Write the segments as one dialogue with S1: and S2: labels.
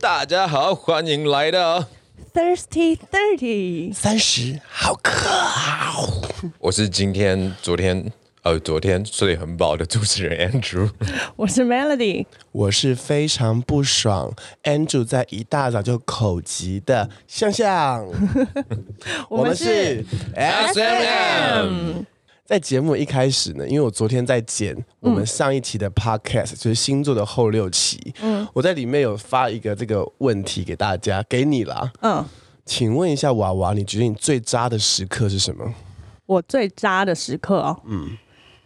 S1: 大家好，欢迎来到
S2: Thirsty Thirty，
S1: 三十好渴。
S2: 啊
S1: 我是今天、昨天、呃，昨天睡很饱的主持人 Andrew。
S2: 我是 Melody。
S3: 我是非常不爽，Andrew 在一大早就口急的向向，
S2: 我们是
S3: S
S1: SM
S3: 哎在节目一开始呢，因为我昨天在剪
S2: 嗯
S3: 我们上一期的 podcast，、就是星座的后六期，嗯，我在里面有发一个这个问题给大家，给你啦，
S2: 嗯，
S3: 请问一下娃娃，你觉得你最渣的时刻是什么？
S2: 我最渣的时刻哦，嗯，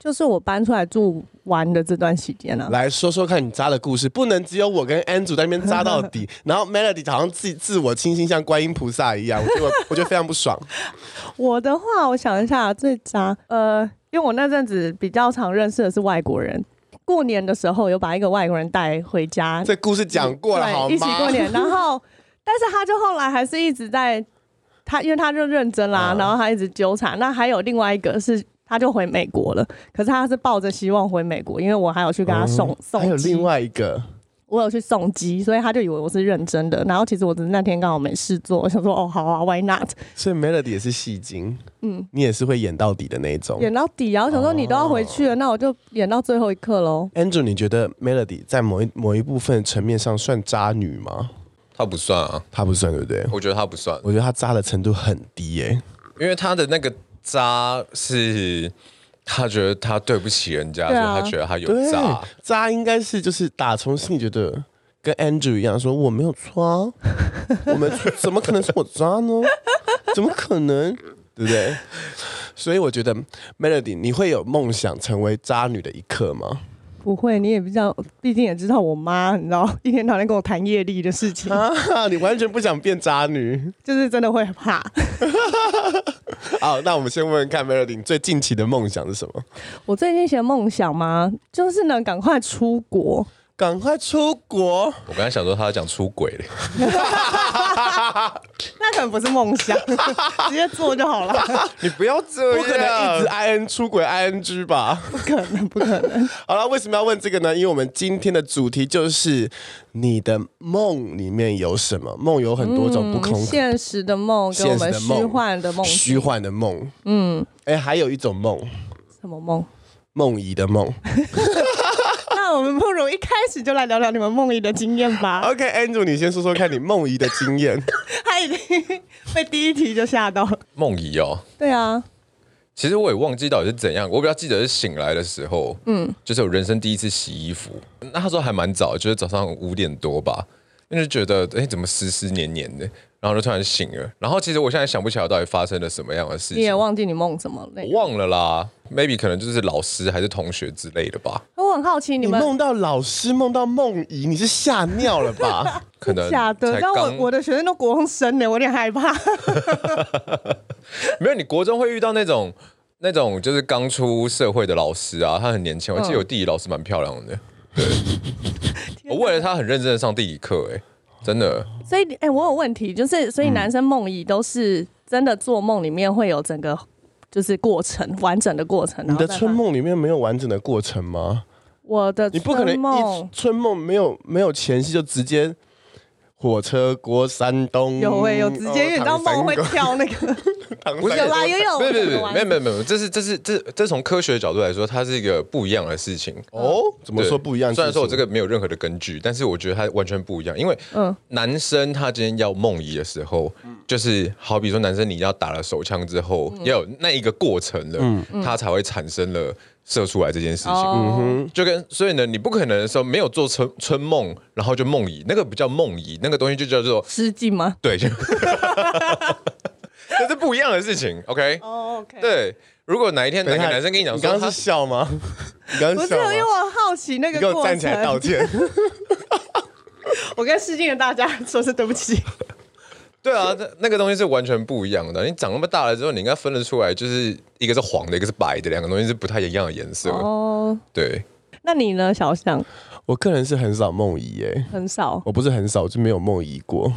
S2: 就是我搬出来住玩的这段时间啊，
S3: 来说说看你渣的故事，不能只有我跟 Andrew 在那边渣到 底，然后 Melody 好像自己自我清新，像观音菩萨一样，我觉得我我觉得非常不 爽。
S2: 我的话，我想一下，最渣，呃，因为我那阵子比较常认识的是外国人，过年的时候有把一个外国人带回家，
S3: 这故事讲过了
S2: 对
S3: 好吗？
S2: 一起过年，然后，但是他就后来还是一直在他，因为他就认真啦，
S3: 嗯
S2: 然后他一直纠缠。那还有另外一个是，他就回美国了，可是他是抱着希望回美国，因为我还有去给他送、送
S3: 哦还有
S2: 机
S3: 另外一个，
S2: 我有去送机，所以他就以为我是认真的。然后其实我只是那天刚好没事做，我想说哦好啊，Why not？
S3: 所以 Melody 也是戏精，嗯，你也是会演到底的那一种。
S2: 演到底啊！我想说你都要回去了，那我就演到最后一刻喽。
S3: Andrew，你觉得 Melody 在某一某一部分层面上算渣女吗？
S1: 他不算啊，
S3: 她不算，对不对？
S1: 我觉得他不算，
S3: 我觉得她渣的程度很低耶、
S1: 因为他的那个渣是，他觉得他对不起人家，
S2: 对啊
S1: 所以他觉得他有
S3: 对
S1: 渣。，
S3: 渣应该是就是打从心里觉得跟 Andrew 一样，说我没有 错啊，我们怎么可能是我渣 呢？怎么可能？对不对？所以我觉得 Melody，你会有梦想成为渣女的一刻吗？
S2: 不会，你也比较，毕竟也知道我妈，你知道，一天到晚跟我谈业力的事情，
S3: 啊， 你完全不想变渣女。
S2: 就是真的会怕。
S3: 好，那我们先问问看 Melody，你最近期的梦想是什么？
S2: 我最近写梦想吗？就是能赶快出国。
S3: 赶快出国，
S1: 我刚才想说他讲出轨了，
S2: 那可能不是梦 想，直接做就好了。
S3: 你 不要这
S1: 样
S3: 不可能一直 I N 出轨 I N G 吧？
S2: 不可能，不可 能。
S3: 好了，为什么要问这个呢？因为我们今天的主题就是你的梦里面有什么？梦有很多种，不空、
S2: 现实的梦跟我
S3: 现实
S2: 们
S3: 的
S2: 虚
S3: 梦
S2: 幻的梦，
S3: 嗯虚幻的梦。嗯，哎、还有一种梦，
S2: 什么梦？
S3: 梦遗的梦。
S2: 那我们不如一开始就来聊聊你们梦遗的经验
S3: 哦
S2: 吧。
S3: OK，Andrew，、你先说说看你梦遗的经验。
S2: 他已经 被第一题就吓到了。
S1: 梦遗哦。
S2: 对啊，
S1: 其实我也忘记到底是怎样，我比较记得是醒来的时候，嗯，就是我人生第一次洗衣服，那他说还蛮早，就是早上五点多吧，那就觉得哎怎么湿湿黏黏的，然后就突然醒了，然后其实我现在想不起来我到底发生了什么样的事
S2: 你也
S1: 情，
S2: 忘记你梦什么了。
S1: 我忘了啦，maybe 可能就是老师还是同学之类的吧，
S2: 我很好 奇你
S3: 你
S2: 们
S3: 梦到老师，梦到梦遗，你是吓尿了 吧？
S1: 可能
S2: 假的，
S1: 才
S2: 但我
S1: 刚
S2: 我的学生都国中生呢，我有点害怕。
S1: 没有，你国中会遇到那种那种就是刚出社会的老师啊，他很年轻，我记得我地理老师蛮漂亮的，对，我为了他很认真的上地理课、哎，真的。
S2: 所以，哎、我有问题，就是
S3: 嗯
S2: 所以男生梦遗都是真的做梦里面会有整个就是过程完整的过程。
S3: 你
S2: 然后
S3: 的
S2: 再
S3: 春
S2: 发，
S3: 梦里面没有完整的过程吗？
S2: 我的
S3: 你不可能
S2: 春梦
S3: 一春梦没有没有前戏就直接火车过山东，呃
S2: 有哎、有直接，因为你知道梦会跳 那个，
S3: 不
S2: 有啦也有，
S1: 没有没有没
S2: 有
S1: 有没有没有没有，这是这是这这从科学的角度来说，它是一个不一样的事情。
S3: 哦，怎么
S1: 对
S3: 说不一样？
S1: 虽然说我
S3: 是
S1: 这
S3: 不是
S1: 个没有任何的根据，但是我觉得它完全不一样，因为
S2: 嗯
S1: 男生他今天要梦遗的时候，
S3: 嗯
S1: 就是好比说男生你要打了手枪之后，
S2: 嗯
S1: 要有那一个过程
S3: 嗯
S1: 了，他才会产生了射出来这件事 情。
S2: 哦，
S1: 就跟所以呢，你不可能说没有做春春梦，然后就梦遗，那个不叫梦遗，那个东西就叫做
S2: 失禁吗？
S1: 对，就 这是不一样的事情。OK，
S2: 哦，OK，，
S1: 对，如果哪一天哪
S3: 等一
S1: 个
S3: 下
S1: 男生跟你讲
S3: 你
S1: 说
S3: 刚
S1: 他
S3: 刚是笑 吗？你刚
S2: 不
S3: 刚
S2: 是，因
S3: 笑
S2: 为
S3: 吗？
S2: 我好奇那
S3: 你
S2: 个
S3: 给
S2: 过
S3: 我
S2: 程。
S3: 站起来道歉。
S2: 我跟失禁的大家说声对不 起。
S1: 对啊，那那个东西是完全不一样的。你长那么大了之后，你应该分得出来，就是一个是黄的，一个是白的，两个东西是不太一样的颜色。
S2: 哦，
S1: 对，
S2: 那你呢，小象？
S3: 我个人是很少梦遗耶，
S2: 很少。
S3: 我不是很少，我就没有梦遗过。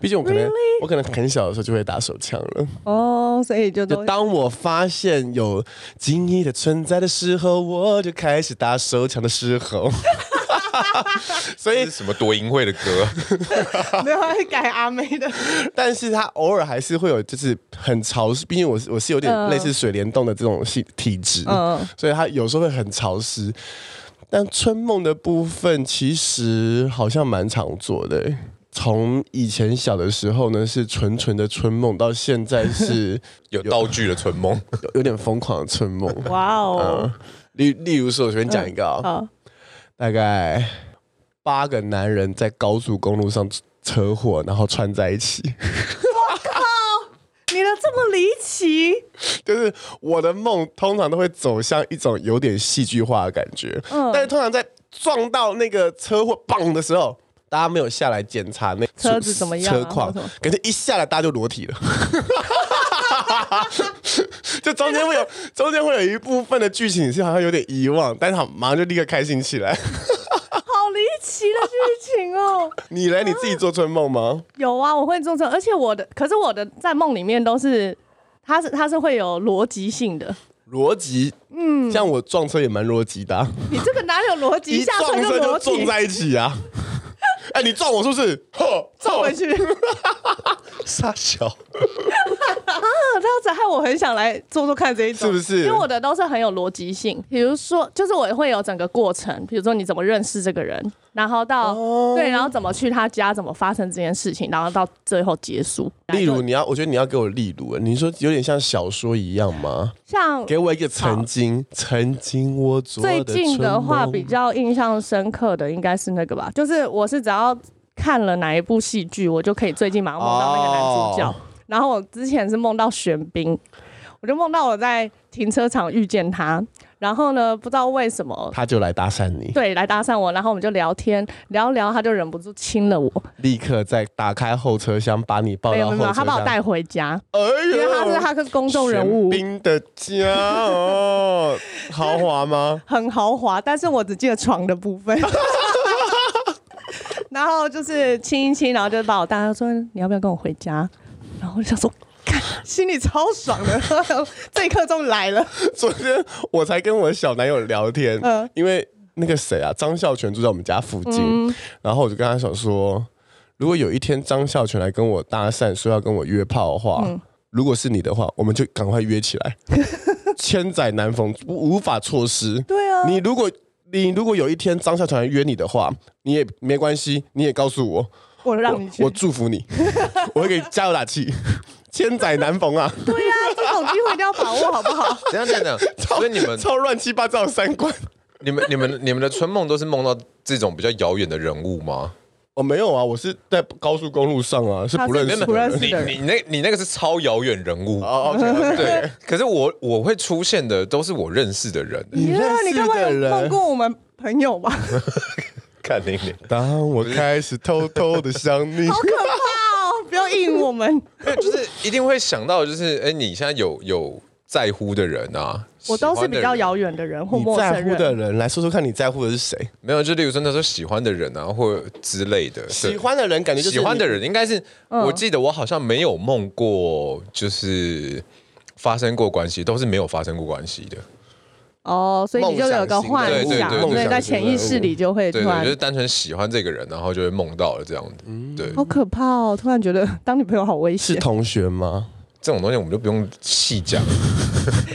S3: 毕竟我可能我可能很小的时候就会打手枪了。
S2: 哦，所以就
S3: 就
S2: 都
S3: 当我发现有精液的存在的时候，我就开始打手枪的时候。 所以
S1: 这是什么多淫秽的 歌？
S2: 没有，他是改阿妹 的。
S3: 但是他偶尔还是会有，就是很潮湿，毕竟我是我是有点类似水帘洞的这种系体质，
S2: 嗯
S3: 所以他有时候会很潮湿。但春梦的部分其实好像蛮常做的、欸从以前小的时候呢，是纯纯的春梦，到现 在是
S1: 有道具的春梦，
S3: 有有点疯狂的春梦。
S2: 哇嗯哦，
S3: 例例如说，我随便讲一个啊、
S2: 好，
S3: 大概八个男人在高速公路上车祸，然后串在一起。
S2: 你的这么离奇，
S3: 就是我的梦通常都会走向一种有点戏剧化的感觉，
S2: 嗯
S3: 但是通常在撞到那个车祸棒的时候，大家没有下来检查那
S2: 车子怎么样啊
S3: 车况
S2: 或者什么，
S3: 感觉一下来大家就裸体了。 就中间 会有中间会有一部分的剧情你是好像有点遗忘，但是好马上就立刻开心起来。
S2: 好离奇的剧情 哦。
S3: 你嘞，你自己做春梦吗？
S2: 有啊，我会做这，而且我的，可是我的在梦里面都是，它是它是会有逻辑性的。
S3: 逻辑，嗯，像我撞车也蛮逻 辑的啊、
S2: 你这个哪有逻辑？
S3: 一
S2: 下车
S3: 撞车就
S2: 逻
S3: 撞
S2: 辑，
S3: 在一起啊！ 哎，你撞我是不是？呵，
S2: 撞回去。
S3: 傻 小，
S2: 那这样子害我很想来做做看这一种，
S3: 是不是
S2: 因为我的都是很有逻辑性，比如说，就是我会有整个过程，比如说你怎么认识这个人，然后到、
S3: 哦
S2: 对，然后怎么去他家，怎么发生这件事情，然后到最后结束。
S3: 例如你要，我觉得你要给我例如，你说有点像小说一样吗？
S2: 像
S3: 给我一个曾经，曾经我做
S2: 最近
S3: 的
S2: 的
S3: 春
S2: 话，
S3: 梦
S2: 比较印象深刻的应该是那个吧，就是我是只要看了哪一部戏剧，我就可以最近马上梦到那个男主角。
S3: 哦
S2: 然后我之前是梦到玄彬，我就梦到我在停车场遇见他，然后呢，不知道为什么。
S3: 他就来搭讪你，
S2: 对，来搭讪我，然后我们就聊天，聊一聊，他就忍不住亲了我，
S3: 立刻再打开后车厢，把你抱
S2: 没有
S3: 到哦后
S2: 没
S3: 车
S2: 有，
S3: 厢。
S2: 他把我，带回家，
S3: 哎
S2: 因为他是他是公众人物，
S3: 冰的家哦，豪华吗？
S2: 很豪华，但是我只记得床的部分。然后就是亲一亲，然后就把我带，他说你要不要跟我回家？然后我就想说，看心里超爽的，这一刻终于来了。
S3: 昨天我才跟我小男友聊天，
S2: 嗯
S3: 因为那个谁啊，张孝全住在我们家附近，然后我就跟他想说，如果有一天张孝全来跟我搭讪，说要跟我约炮的话，
S2: 嗯
S3: 如果是你的话，我们就赶快约 起来，千载难逢，无无法错失。
S2: 对啊
S3: 你如果你如果有一天张孝全来约你的话，你也没关系，你也告诉我，
S2: 我让你去，
S3: 我我 祝福你，我会给你加油打气，千载难逢啊，
S2: 对呀、这种机会一定要把握，好不好？
S1: 等一下等一下， 所以你们
S3: 超乱七八糟的三观。
S1: 你们、你们、你们的春梦都是梦到这种比较遥远的人物吗？
S3: 我、没有啊，我是在高速公路上啊，是不认
S2: 没有
S3: 识的
S2: 不认识
S1: 你
S2: 的
S1: 你
S2: 人，
S1: 那、你那个是超遥远人物。
S3: 哦，OK，
S1: 对，可是我我会出现的都是我认识的人，
S3: 你
S2: 耶
S3: 认
S2: 你
S3: 识
S2: 根
S3: 的
S2: 本有梦
S3: 人。
S2: 过我们朋友吧？好
S1: 看你脸。
S3: 当我开始偷偷的想你，
S2: 可怕哦！不要应我们，
S1: 没有，就是一定会想到，就是哎、你现在有有在乎的人啊，
S2: 我都是比较
S1: 遥
S2: 遥远的人或
S3: 你
S2: 陌生
S3: 在乎的
S2: 人。
S3: 人，来说说看你在乎的是谁？
S1: 没有，就例如说那时候喜欢的人啊，或之类的，对
S3: 喜欢的人感觉就是
S1: 喜欢的
S3: 你，
S1: 人应该是，
S2: 嗯
S1: 我记得我好像没有梦过，就是发生过关系，都是没有发生过关系的。
S2: 哦，所以你就有个幻
S1: 梦想型的
S2: 想，
S1: 对对对
S2: 所以
S1: 梦
S2: 在
S3: 想型的
S2: 潜意识里就会
S1: 对
S2: 突
S1: 对，
S2: 然嗯
S1: 就是单纯喜欢这个人，然后就会梦到了这样子。对，
S2: 好可怕哦！突然觉得 当女朋友好危
S3: 嗯是
S2: 险，
S3: 同学吗？
S1: 这种东西我们就不用细讲。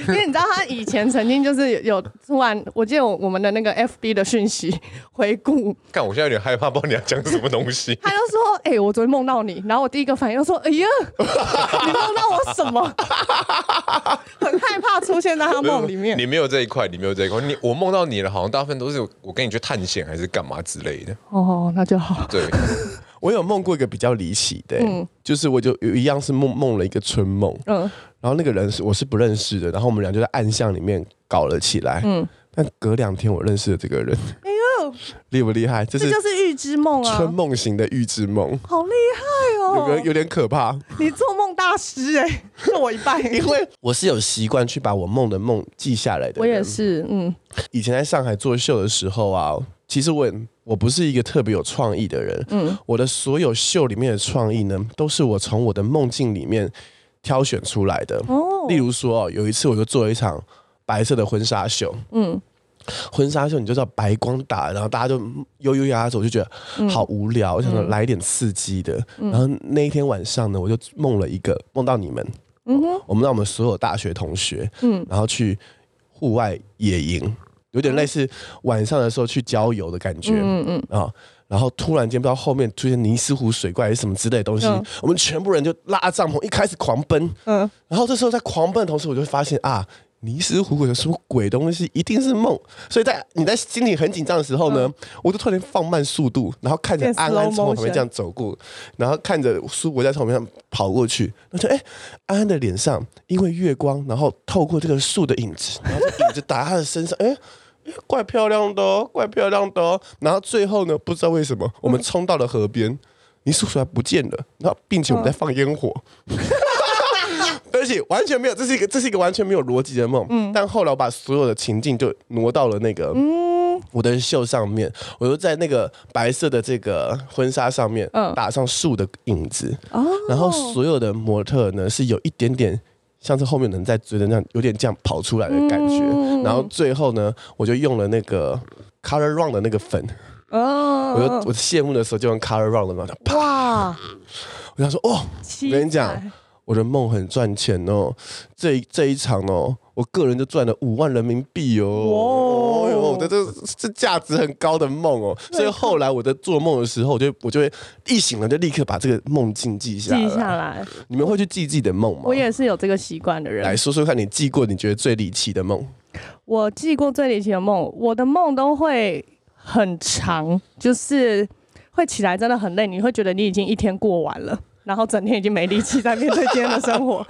S2: 因为你知道他以前曾经就是有有突然，我记得我我们的那个 FB 的讯息 回顾，。
S1: 看，我现在有点害怕，不知道你要讲什么东西
S2: 他就说：“ 哎、我昨天梦到你。”然后我第一个反应就说：“哎 呀，你梦到我什么？” 很害怕出现在他梦里面
S1: 你。没有这一块，你没有这一块。你我梦到你了，好像大部分都是我跟你去探险还是干嘛之类的。
S2: 哦，那就好。
S1: 对，
S3: 我有梦过一个比较离奇的、
S2: 嗯
S3: 就是我就有一样是梦梦了一个春梦，
S2: 嗯，
S3: 然后那个人是我是不认识的，然后我们俩就在暗巷里面搞了起来。嗯，但隔两天我认识了这个人，
S2: 哎呦，
S3: 厉不厉害？这
S2: 这
S3: 是
S2: 就是预知梦啊
S3: 春，梦型的预知梦，
S2: 好厉害
S3: 有
S2: 哦
S3: 个！有点可怕。
S2: 你做梦大师哎、做我一半、
S3: 因为我是有习惯去把我梦的梦记下来的。
S2: 我也，是，嗯，
S3: 以前在上海做秀的时候啊，其实我也我不是一个特别有创意的人，嗯，我的所有秀里面的创意呢，都是我从我的梦境里面挑选出来的。
S2: 哦
S3: 例如说哦，有一次我就做了一场白色的婚纱秀，嗯，婚纱秀，你就知道白光打，然后大家就悠悠呀走，我就觉
S2: 嗯
S3: 得好无聊，我想说来一点刺激的。然后那一天晚上呢，我就梦了一个，梦到你们，我们让我们所有大学同学，嗯，然后去户外野营，有点类似晚上的时候去郊游的感觉，嗯嗯啊、然后突然间不知道后面出现尼斯湖水怪还是什么之类的东西，
S2: 嗯
S3: 我们全部人就拉帐篷，一开始狂奔，
S2: 嗯
S3: 然后这时候在狂奔的同时，我就会发现啊，尼斯湖鬼有什么鬼东西，一定是梦。所以在你在心里很紧张的时候呢，我就突然间放慢速度，然后看着
S2: 变
S3: 安安
S2: slow
S3: 从我旁边
S2: motion
S3: 这样走过，然后看着苏博在从我旁边跑过去，然后就哎、安安的脸上因为月光，然后透过这个树的影子，然后这影子打他的身上，哎、 怪漂亮的哦，怪漂亮的哦。然后最后呢，不知道为什么，我们冲到了河边，你叔叔还不见了，然后并且我们在放烟火。对不起，完全没有，这是一个这是一个完全没有逻辑的梦。
S2: 嗯
S3: 但后来我把所有的情境就挪到了那个
S2: 嗯
S3: 我的袖上面，我就在那个白色的这个婚纱上面
S2: 嗯
S3: 打上树的影子，
S2: 哦
S3: 然后所有的模特呢是有一点点像是后面人在追的那样，有点这样跑出来的感觉。
S2: 嗯
S3: 然后最后呢，我就用了那个 Color Run 的那个粉，
S2: 哦，
S3: 我就我谢幕的时候就用 Color Run 的嘛，
S2: 哇，
S3: 我想说哦，
S2: 七
S3: 我跟你讲
S2: 彩，
S3: 我的梦很赚钱哦，这一这一场哦，我个人就赚了五万人民币哦。
S2: 哇
S3: 哦哟，我的这这价值很高的梦哦，所以后来我在做梦的时候，我就我就会一醒了就立刻把这个梦境记下来。
S2: 记下来，
S3: 你们会去记自己的梦吗？
S2: 我也是有这个习惯的人。
S3: 来说说看，你记过你觉得最离奇的梦？
S2: 我记过最离奇的梦，我的梦都会很长，就是会起来真的很累，你会觉得你已经一天过完了，然后整天已经没力气在面对今天的生 活，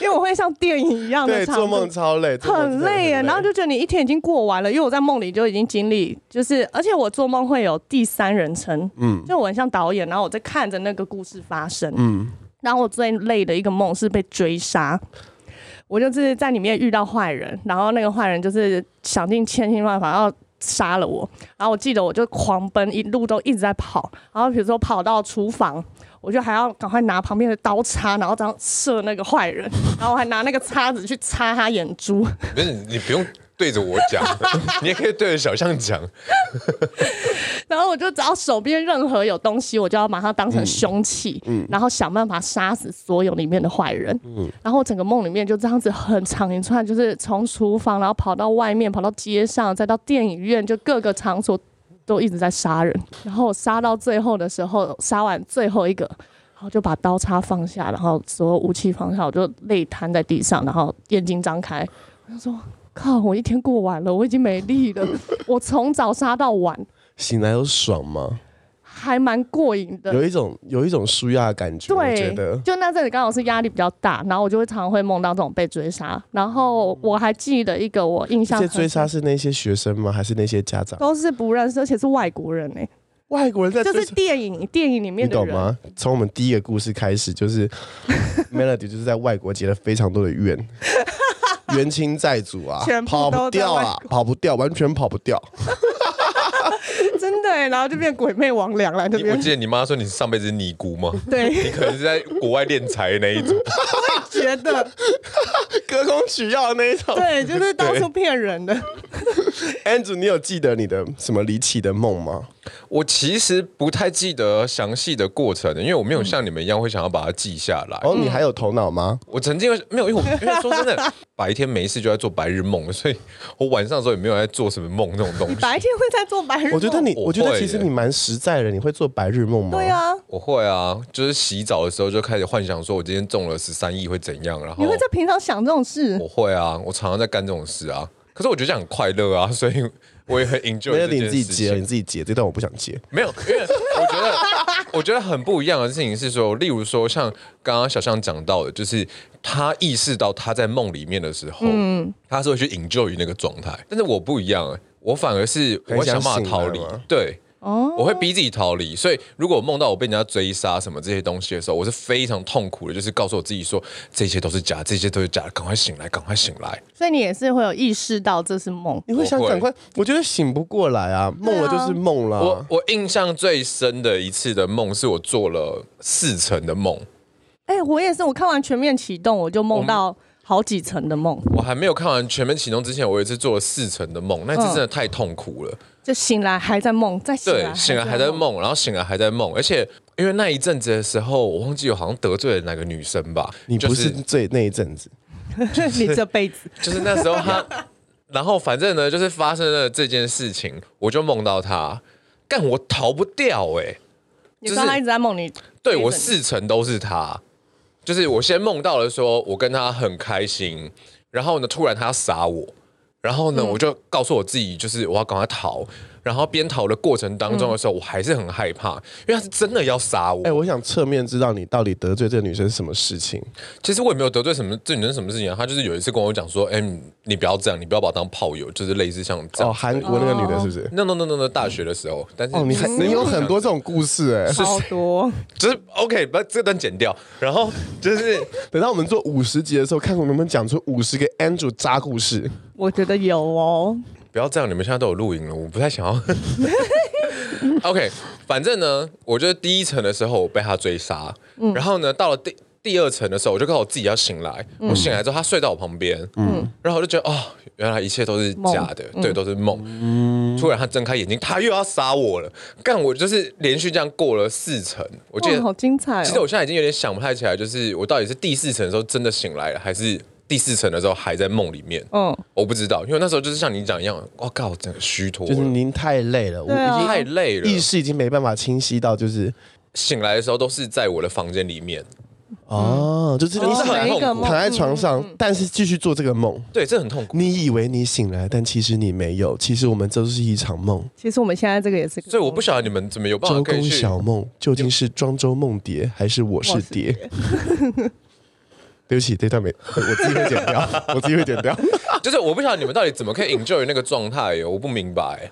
S2: 因为我会像电影一样的
S3: 对，
S2: 长
S3: 做梦超累，做梦真
S2: 很
S3: 的
S2: 累耶，然后就觉得你一天已经过完了，因为我在梦里就已经经历，就是而且我做梦会有第三人称，嗯，就我很像导演，然后我在看着那个故事发生，嗯，然后我最累的一个梦是被追杀，我就是在里面遇到坏人，然后那个坏人就是想尽千辛万法要。杀了我，然后我记得我就狂奔，一路都一直在跑，然后比如说跑到厨房，我就还要赶快拿旁边的刀叉，然后这样射那个坏人，然后我还拿那个叉子去擦他眼珠，
S1: 不是你不用对着我讲， 你也可以对着小象讲。
S2: 然后我就只要手边任何有东西，我就要把它当成凶器，然后想办法杀死所有里面的坏人。然后我整个梦里面就这样子很长一串，就是从厨房，然后跑到外面，跑到街上，再到电影院，就各个场所都一直在杀人。然后我杀到最后的时候，杀完最后一个。然后就把刀叉放下，然后所有武器放下，我就累瘫在地上，然后眼睛张开，我就说：“靠，我一天过完了，我已经没力了，我从早杀到晚，
S3: 醒来有爽吗？
S2: 还蛮过瘾的。
S3: 有一种有一种舒压的感觉，我觉
S2: 对
S3: 得，。
S2: 就那阵子刚好是压力比较大，然后我就会常常会梦到这种被追杀。然后我还记得一个我印
S3: 这
S2: 象
S3: 些
S2: 很
S3: 追杀是那些学生吗？还是那些家长？
S2: 都是不认识，而且是外国人哎、
S3: 外国人在
S2: 就
S3: 追
S2: 是
S3: 杀
S2: 电影电影里面
S3: 你
S2: 的
S3: 懂
S2: 人。
S3: 吗？从我们第一个故事开始，就是 Melody 就是在外国结了非常多的怨，冤亲债主啊
S2: 全，部
S3: 跑
S2: 都在
S3: 不掉啊
S2: 外，
S3: 跑不掉，完全跑不 掉。
S2: 真的、欸，然后就变鬼魅魍魉来 这
S1: 你我
S2: 边
S1: 记。得你妈说你是上辈子是尼姑吗？
S2: 对，
S1: 你可能是在国外练财的那一种。
S2: 觉得
S3: 隔空取药的那一种。
S2: 对，就是到处骗人的。
S3: Andrew，你有记得你的什么离奇的梦吗？
S1: 我其实不太记得详细的过程，因为我没有像你们一样会想要把它记下来。
S2: 嗯
S3: 哦，你还有头脑吗？
S1: 我曾经没有，因为我因为说真的，白天没事就在做白日梦，所以我晚上的时候也没有在做什么梦那种东
S2: 你
S1: 西。
S2: 白天会在做白日梦？
S3: 我觉得你，
S1: 我
S3: 我觉得
S1: 会
S3: 其实
S1: 耶
S3: 你蛮实在的，你会做白日梦吗？
S2: 对。啊，
S1: 我会啊，就是洗澡的时候就开始幻想说，我今天中了十三亿会怎样，然后
S2: 你会在平常想这种事？
S3: 哦
S1: 我会啊，我常常在干这种事啊。可是我觉得这样很快乐啊，所以我也很 enjoy 这
S3: Melody，
S1: 件
S3: 你
S1: 事
S3: 自己接，
S1: 情
S3: 你。自己接，这段我不想接。
S1: 没有，因为我觉得，我觉得很不一样的事情是说，例如说像刚刚小象讲到的，就是他意识到他在梦里面的时候，
S3: 嗯
S1: 他是会去 enjoy 那个状态。但是我不一样、欸，我反而是我
S3: 很
S1: 会
S3: 想
S1: 想办法
S3: 醒
S1: 逃
S3: 来
S1: 离
S3: 吗，
S1: 对。
S2: 哦
S1: 我会逼自己逃离，所以如果我梦到我被人家追杀什么这些东西的时候，我是非常痛苦的，就是告诉我自己说这些都是假，这些都是假的，赶快醒来，赶快醒来。
S2: 所以你也是会有意识到这是梦。
S3: 你会想
S1: 我会
S3: 赶快？我觉得醒不过来啊，梦了就是梦了
S1: 我
S3: 啊。
S1: 我印象最深的一次的梦，是我做了四层的梦，
S2: 哎、我也是，我看完《全面启动》，我就梦到好几层的梦，
S1: 我还没有看完《全面启动》之前，我有一次做了四层的梦，那次真的太痛苦了。
S2: 就醒来还在梦，再醒
S1: 对
S2: 来，
S1: 醒来啊还在。梦，然后醒来还在梦，而且因为那一阵子的时候，我忘记我好像得罪了哪个女生吧？
S3: 你不是
S1: 就是
S3: 最那一阵子，
S2: 你这辈子
S1: 就是那时候 他，然后反正呢，就是发生了这件事情，我就梦到他，干我逃不掉哎、
S2: 你
S1: 就是
S2: 刚刚一直在梦里，
S1: 对我四成都是他，就是我先梦到了说我跟他很开心，然后呢突然他杀我，然后
S3: 嗯
S1: 呢、我就告诉我自己就是我要赶快逃，然后边逃的过程当中的时候，我还是很害怕，因为他是真的要杀我。
S3: 嗯哎、我想侧面知道你到底得罪这个女生什么事情。
S1: 其实我也没有得罪什么这女生什么事情啊，她就是有一次跟我讲说，哎、你你不要这样，你不要把我当炮友，就是类似像这样。
S3: 哦，韩国那个女的是不是？
S1: no no no no no，大学的时候，但是
S3: 哦，你还
S1: 谁会
S3: 你有
S1: 这样
S3: 很多这种故事哎、
S2: 好多。
S1: 就是 OK，把这段剪掉，然后就是
S3: 等到我们做五十集的时候，看我能不能讲出五十个 Andrew 渣故事。
S2: 我觉得有哦，
S1: 不要这样，你们现在都有录影了，我不太想要。OK，反 正呢，我觉得第一层的时候我被他追杀，
S2: 嗯
S1: 然后呢，到了第第二层的时候，我就告诉我自己要醒来。
S2: 嗯
S1: 我醒来之后，他睡到我旁边，嗯，然后我就觉得哦，原来一切都是假的，
S2: 嗯
S1: 对，都是梦。突然他睁开眼睛，他又要杀我了。干，我就是连续这样过了四层，我记得
S2: 哇，好精彩
S1: 其实
S2: 哦！
S1: 我现在已经有点想不太起来，就是我到底是第四层的时候真的醒来了，还是第四层的时候还在梦里面？
S2: 嗯，
S1: 我不知道，因为那时候就是像你讲一样，我靠，我整个虚脱了，
S3: 就是您太累了，我
S2: 对啊
S3: 已经
S1: 太累了。
S3: 意识已经没办法清晰到，就是
S1: 醒来的时候都是在我的房间里面，
S3: 哦，就是你
S1: 哦
S3: 想
S1: 很
S2: 每一个
S1: 痛
S2: 梦
S3: 躺在床上，但是继续做这个梦。
S1: 对，这很痛苦。
S3: 你以为你醒来，但其实你没有。其实我们这是一场梦，
S2: 其实我们现在这个也是个梦，
S1: 所以我不晓得你们怎么有办法
S3: 哦周
S1: 可以
S3: 公
S1: 去。
S3: 小梦究竟是庄周梦蝶，还是我是蝶？ 对不起，这段没， 我自己会剪掉， 我自己会剪掉。
S1: 就是我不晓得你们到底怎么可以 enjoy 那个状态耶，我不明白。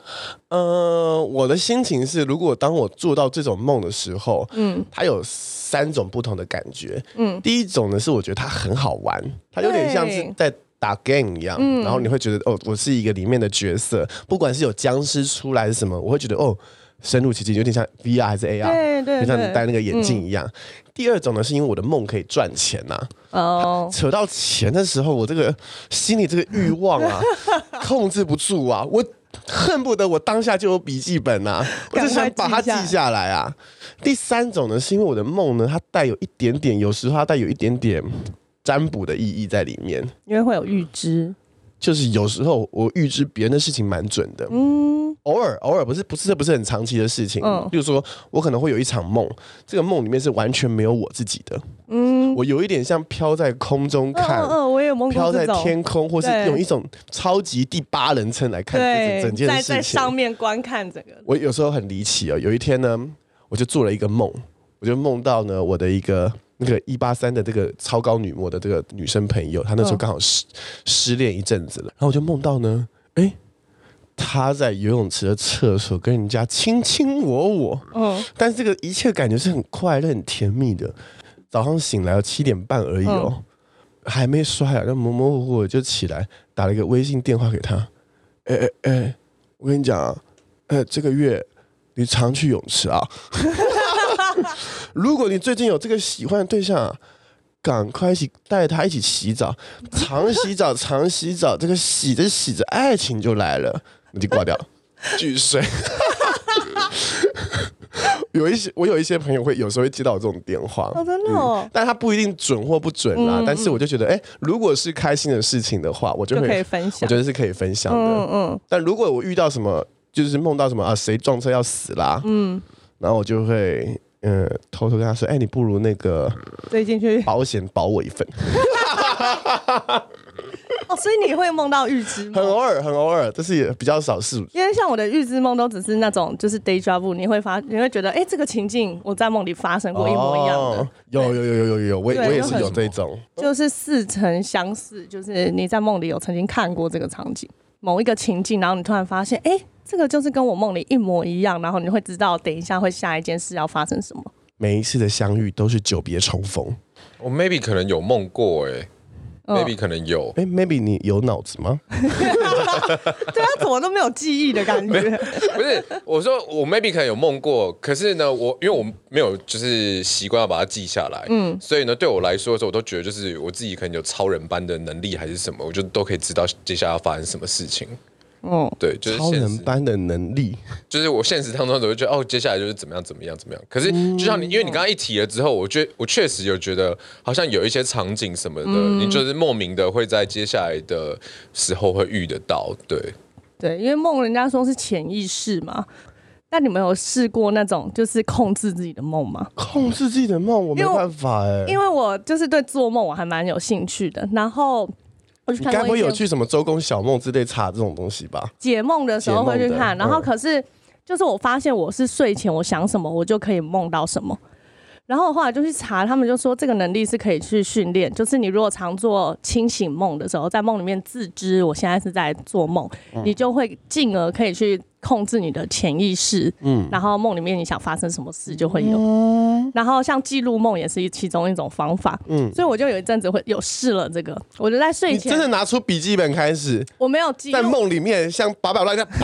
S3: 呃，我的心情是，如果当我做到这种梦的时候，嗯，它有三种不同的感觉。嗯，第一种呢是我觉得它很好玩，它有点像是
S2: 对嗯
S3: 在。打 game 一样，然后你会觉得哦，我是一个里面的角色，不管是有僵尸出来是什么，我会觉得哦，深入其境，有点像 VR 还是 AR，
S2: 对对
S3: 就像你
S2: 对嗯
S3: 戴那个眼镜一样。第二种呢，是因为我的梦可以赚钱呐、
S2: 哦，
S3: 扯到钱的时候，我这个心里这个欲望啊，控制不住啊，我恨不得我当下就有笔记本啊，我
S2: 赶快
S3: 就想把它
S2: 记下来
S3: 记下来啊。第三种呢，是因为我的梦呢，它带有一点点，有时候它带有一点点占卜的意义在里面。
S2: 因为会有预知，
S3: 就是有时候我预知别人的事情蛮准的，
S2: 嗯，
S3: 偶尔偶尔不是不是这不是很长期的事情，
S2: 嗯
S3: 例如说我可能会有一场梦，这个梦里面是完全没有我自己的，嗯，我有一点像飘在空中
S2: 嗯
S3: 看，
S2: 嗯嗯，我也有梦
S3: 飘
S2: 过
S3: 在
S2: 这种，
S3: 天空，或是
S2: 对
S3: 用一种超级第八人称来看这
S2: 对，
S3: 整件
S2: 在
S3: 事
S2: 在
S3: 情。
S2: 上面观看这个，
S3: 我有时候很离奇哦，有一天呢，我就做了一个梦，我就梦到呢我的一个那个一八三的这个超高女模的这个女生朋友，她那时候
S2: 嗯
S3: 刚好失、失恋一阵子了，然后我就梦到呢，哎，她在游泳池的厕所跟人家卿卿我我，
S2: 嗯，
S3: 但是这个一切感觉是很快乐、很甜蜜的。早上醒来七点半而已哦，还没刷牙，就模模糊糊的就起来，打了一个微信电话给他。哎哎哎，我跟你讲啊，呃，这个月你常去泳池啊。 如果你最近有这个喜欢的对象、啊，赶快一起带他一起洗澡，常洗澡，常洗澡，这个洗着洗着，爱情就来了，我就挂掉，巨水。 有一些我有一些朋友会有时候会接到我这种电话，嗯
S2: 哦，真的哦，嗯
S3: 但他不一定准或不准啦。但是我就觉得，哎、如果是开心的事情的话，我就
S2: 就
S3: 会
S2: 可以分
S3: 我
S2: 享
S3: 觉，得是可以分享的。
S2: 嗯嗯，
S3: 但如果我遇到什么，就是梦到什么啊，谁撞车要死啦，嗯，然后我就会。嗯，偷偷跟他说，哎、你不如那个
S2: 追进 去，
S3: 保险保我一份，
S2: 嗯哦，所以你会梦到预知
S3: 很
S2: 梦。
S3: 偶尔，很偶尔，这是也比较少数。
S2: 因为像我的预知梦都只是那种就是 day job，你会发你会觉得哎、诶这个情境我在梦里发生过一模一样的，
S3: 哦，有有有有有有，我也
S2: 对
S3: 我也
S2: 就是很
S3: 有这种，
S2: 就是似曾相识，就是你在梦里有曾经看过这个场景，某一个情境，然后你突然发现，哎、这个就是跟我梦里一模一样，然后你会知道等一下会下一件事要发生什么。
S3: 每一次的相遇都是久别重逢。
S1: 我 maybe 欸
S2: 嗯哦
S1: 可能有梦过哎、m a y b e 可能有，
S3: 哎、m a y b e 你有脑子吗？
S2: 对他怎么都没有记忆的感觉。
S1: 不是，我说我 maybe 可能有梦过，可是呢，我因为我没有就是习惯要把它记下来，嗯，所以呢，对我来说的时候，我都觉得就是我自己可能有超人般的能力还是什么，我就都可以知道接下来要发生什么事情。
S2: 嗯，
S1: 对，就是
S3: 超
S1: 现
S3: 人
S1: 实，
S3: 般的能力，
S1: 就是我现实当中都会觉得哦，接下来就是怎么样怎么样怎么样。可是就像你，因为你刚刚一提了之后，我觉得我确实有觉得好像有一些场景什么的，
S3: 嗯
S1: 你就是莫名的会在接下来的时候会遇得到，对。
S2: 对，因为梦人家说是潜意识嘛。那你们有试过那种就是控制自己的梦吗？
S3: 控制自己的梦，我没
S2: 因为我
S3: 办法哎、
S2: 因为我就是对做梦我还蛮有兴趣的，然后我去
S3: 你
S2: 看
S3: 该不
S2: 过
S3: 会
S2: 一
S3: 有
S2: 些
S3: 去什么周公小梦之类查这种东西吧？
S2: 解梦的嗯时候会去看，
S3: 解梦的
S2: 然后可是就是我发现我是睡前我想什么我就可以梦到什么，然后我后来就去查，他们就说这个能力是可以去训练，就是你如果常做清醒梦的时候，在梦里面自知我现在是在做梦，你就会进而可以去控制你的潜意识，嗯，然后梦里面你想发生什么事就会有，然后像记录梦也是一其中一种方法，嗯，所以我就有一阵子会有试了这个，我就在睡
S3: 你
S2: 前
S3: 真的拿出笔记本开始，
S2: 我没有记
S3: 在
S2: 录
S3: 梦里面像八宝 乱这样，啪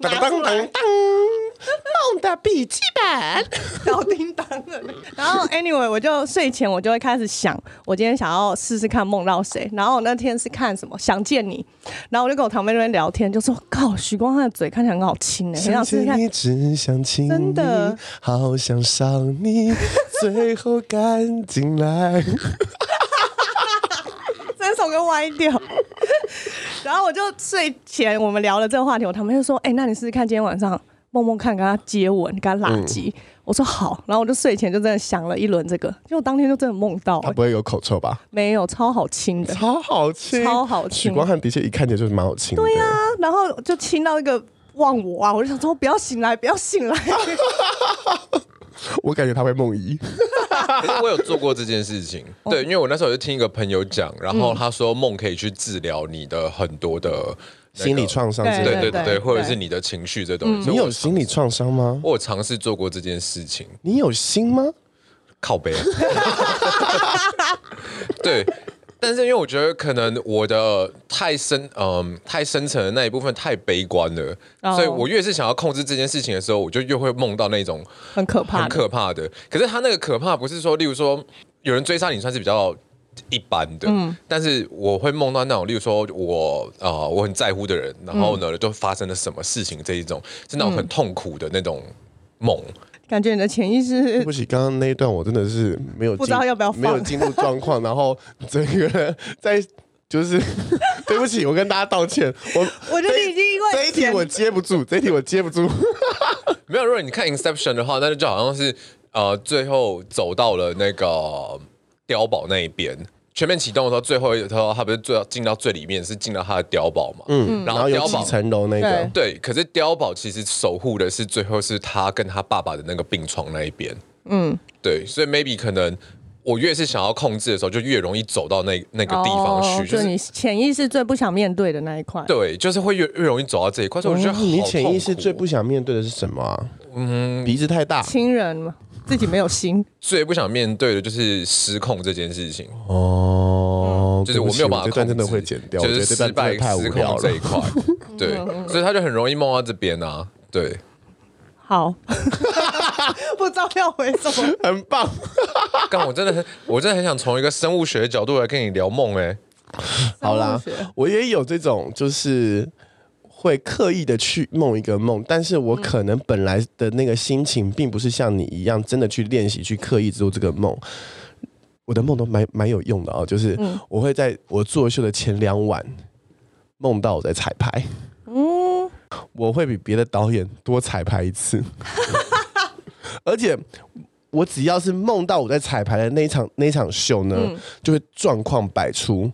S3: 当
S2: 拿
S3: 当
S2: 出
S3: 当
S2: 来
S3: 当，梦的笔记本。
S2: 小叮当的。然后 anyway，我就睡前我就会开始想，我今天想要试试看梦到谁。然后我那天是看什么？想见你。然后我就跟我旁边那边聊天，就说靠，许光汉的嘴看起来很好亲哎、很想试试
S3: 见
S2: 看。
S3: 你，只想亲你，
S2: 真的
S3: 好想上你，最后赶进来。
S2: 整首歌歪掉。然后我就睡前我们聊了这个话题，我他们就说：“哎、那你试试看今天晚上梦梦看跟他接吻，跟他拉鸡。
S3: 嗯
S2: 我说：“好。”然后我就睡前就真的想了一轮这个，结果当天就真的梦到、
S3: 他
S2: 哎
S3: 啊不会有口臭吧？
S2: 没有超好亲的。
S3: 超好亲，
S2: 超好亲
S3: 许光汉的确一看起来就是蛮好亲的。对呀、
S2: 啊然后就亲到一个忘我啊，我就想说不要醒来，不要醒来。
S3: 我感觉他会梦遗。
S1: 可是我有做过这件事 情，
S3: 哦
S1: 对，因为我那时候有听一个朋友讲，然
S3: 嗯
S1: 后他说梦可以去治疗你的很多的那个
S3: 心理，创伤之类
S1: 对
S3: 的。
S1: 对对
S2: 对
S1: 对，或者是你的情绪这东西。所以
S3: 嗯你
S1: 我
S3: 有心理创伤吗？
S1: 我有尝试做过这件事情，
S3: 你有心吗？
S1: 靠背。 对，但是因为我觉得可能我的太深，嗯、太深层的那一部分太悲观了
S2: 哦
S1: 所以我越是想要控制这件事情的时候，我就越会梦到那种
S2: 很可怕
S1: 很
S2: 的，
S1: 可怕的。可是他那个可怕不是说，例如说有人追杀你算是比较一般的，
S2: 嗯
S1: 但是我会梦到那种，例如说我啊、呃我很在乎的人，然后
S2: 嗯
S1: 呢、就发生了什么事情这一种，是那种很痛苦的那种梦。
S2: 感觉你的潜意
S3: 对
S2: 识
S3: 不起，刚刚那一段我真的是没有进
S2: 不知道要不要放
S3: 没有进入状况，然后整个人在就是对不起，我跟大家道歉。 我
S2: 我觉得你已经因为
S3: 这一题我接不住，这一题我接不住。
S1: 没有，如果你看 Inception 的话，那就好像是呃，最后走到了那个碉堡那一边。全面启动的时候，最后一头他不是最进到最里面，是进到他的碉堡嘛？嗯，然
S3: 然
S1: 后
S3: 后有
S1: 碉
S3: 几
S1: 堡
S3: 层楼那个
S2: 对，
S1: 对，可是碉堡其实守护的是最后是他跟他爸爸的那个病床那一边。嗯，对，所以 maybe 可能我越是想要控制的时候，就越容易走到那那个地方去，
S2: 哦
S1: 就
S2: 就是你潜意识最不想面对的那一块。
S1: 对，就是会越越容易走到这一块。所以我觉得好
S3: 哦你潜意
S1: 痛
S3: 识
S1: 苦
S3: 最不想面对的是什么、啊？嗯，鼻子太大。
S2: 亲人嘛，自己没有心，
S1: 最不想面对的就是失控这件事情，嗯
S3: 哦，
S1: 就是
S3: 对不
S1: 我
S3: 起
S1: 没有办法
S3: 这段真的
S1: 控制
S3: 会剪掉，我
S1: 就
S3: 觉
S1: 是失
S3: 得这段真
S1: 败
S3: 的太无
S1: 失
S3: 聊
S1: 控
S3: 了
S1: 这一。块。对，所以他就很容易梦到这边啊。对，
S2: 好， 不知道要回什么。
S3: 很棒，
S1: 但我真的很，我真的很想从一个生物学的角度来跟你聊梦哎、
S3: 好啦
S2: 生物学，
S3: 我也有这种，就是会刻意的去梦一个梦，但是我可能本来的那个心情，并不是像你一样真的去练习去刻意做这个梦。我的梦都蛮蛮有用的哦，就是我会在我作秀的前两晚梦到我在彩排，
S2: 嗯，
S3: 我会比别的导演多彩排一次，而且我只要是梦到我在彩排的那一场那一场秀呢，就会状况百出，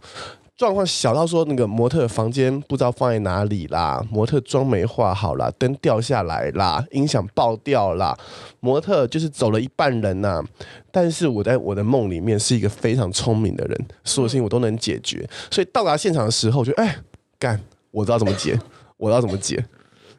S3: 状况小到说那个模特房间不知道放在哪里啦，模特妆没化好啦，灯掉下来啦，音响爆掉啦，模特就是走了一半人呐、但是我在我的梦里面是一个非常聪明的人，所有事情我都能解决，所以到达现场的时候我就哎干，我知道怎么 解，我知道怎么解。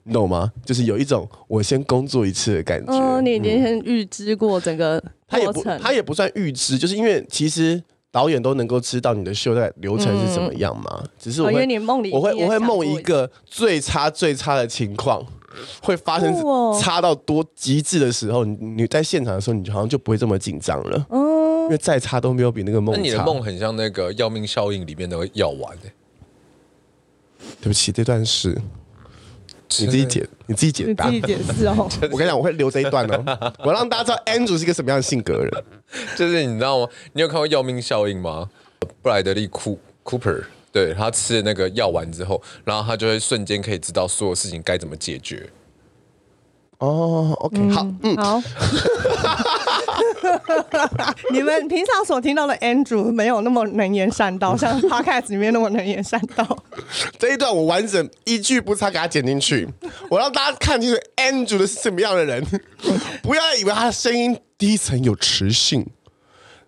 S3: 你懂吗？就是有一种我先工作一次的感觉。
S2: 嗯，你已经先预知过整个
S3: 他也
S2: 哦过
S3: 不
S2: 程，
S3: 他也不算预知，就是因为其实导演都能够知道你的秀在流程是怎么样吗？只是我
S2: 嗯哦因为
S3: 会
S2: 你梦里
S3: 我会
S2: 你也
S3: 我会
S2: 想过
S3: 梦一个最差最差的情况，会发生
S2: 好酷哦
S3: 差到多极致的时候，你你在现场的时候，你就好像就不会这么紧张了，
S2: 哦
S3: 因为再差都没有比那个梦
S1: 那你的
S3: 差。
S1: 梦很像那个《要命效应》里面的药丸、欸，
S3: 对不起，这段是 你自己解，你自己解
S2: 你
S3: 答
S2: 自。己解释哦。
S3: 我跟你讲，我会留这一段哦，我让大家知道 Andrew 是一个什么样的性格的人。
S1: 就是你知道吗？你有看过《要命效应》吗？布莱德利库 Cooper，对他吃了那个药丸之后，然后他就会瞬间可以知道所有事情该怎么解决。
S3: 哦，OK，、好，嗯，
S2: 好，你们平常所听到的 Andrew 没有那么能言善 道，像 Podcast 里面那么能言善道。
S3: 这一段我完整一句不差给他剪进去， 我让大家看清楚 Andrew 的是什么样的人， 不要以为他的声音低沉有磁性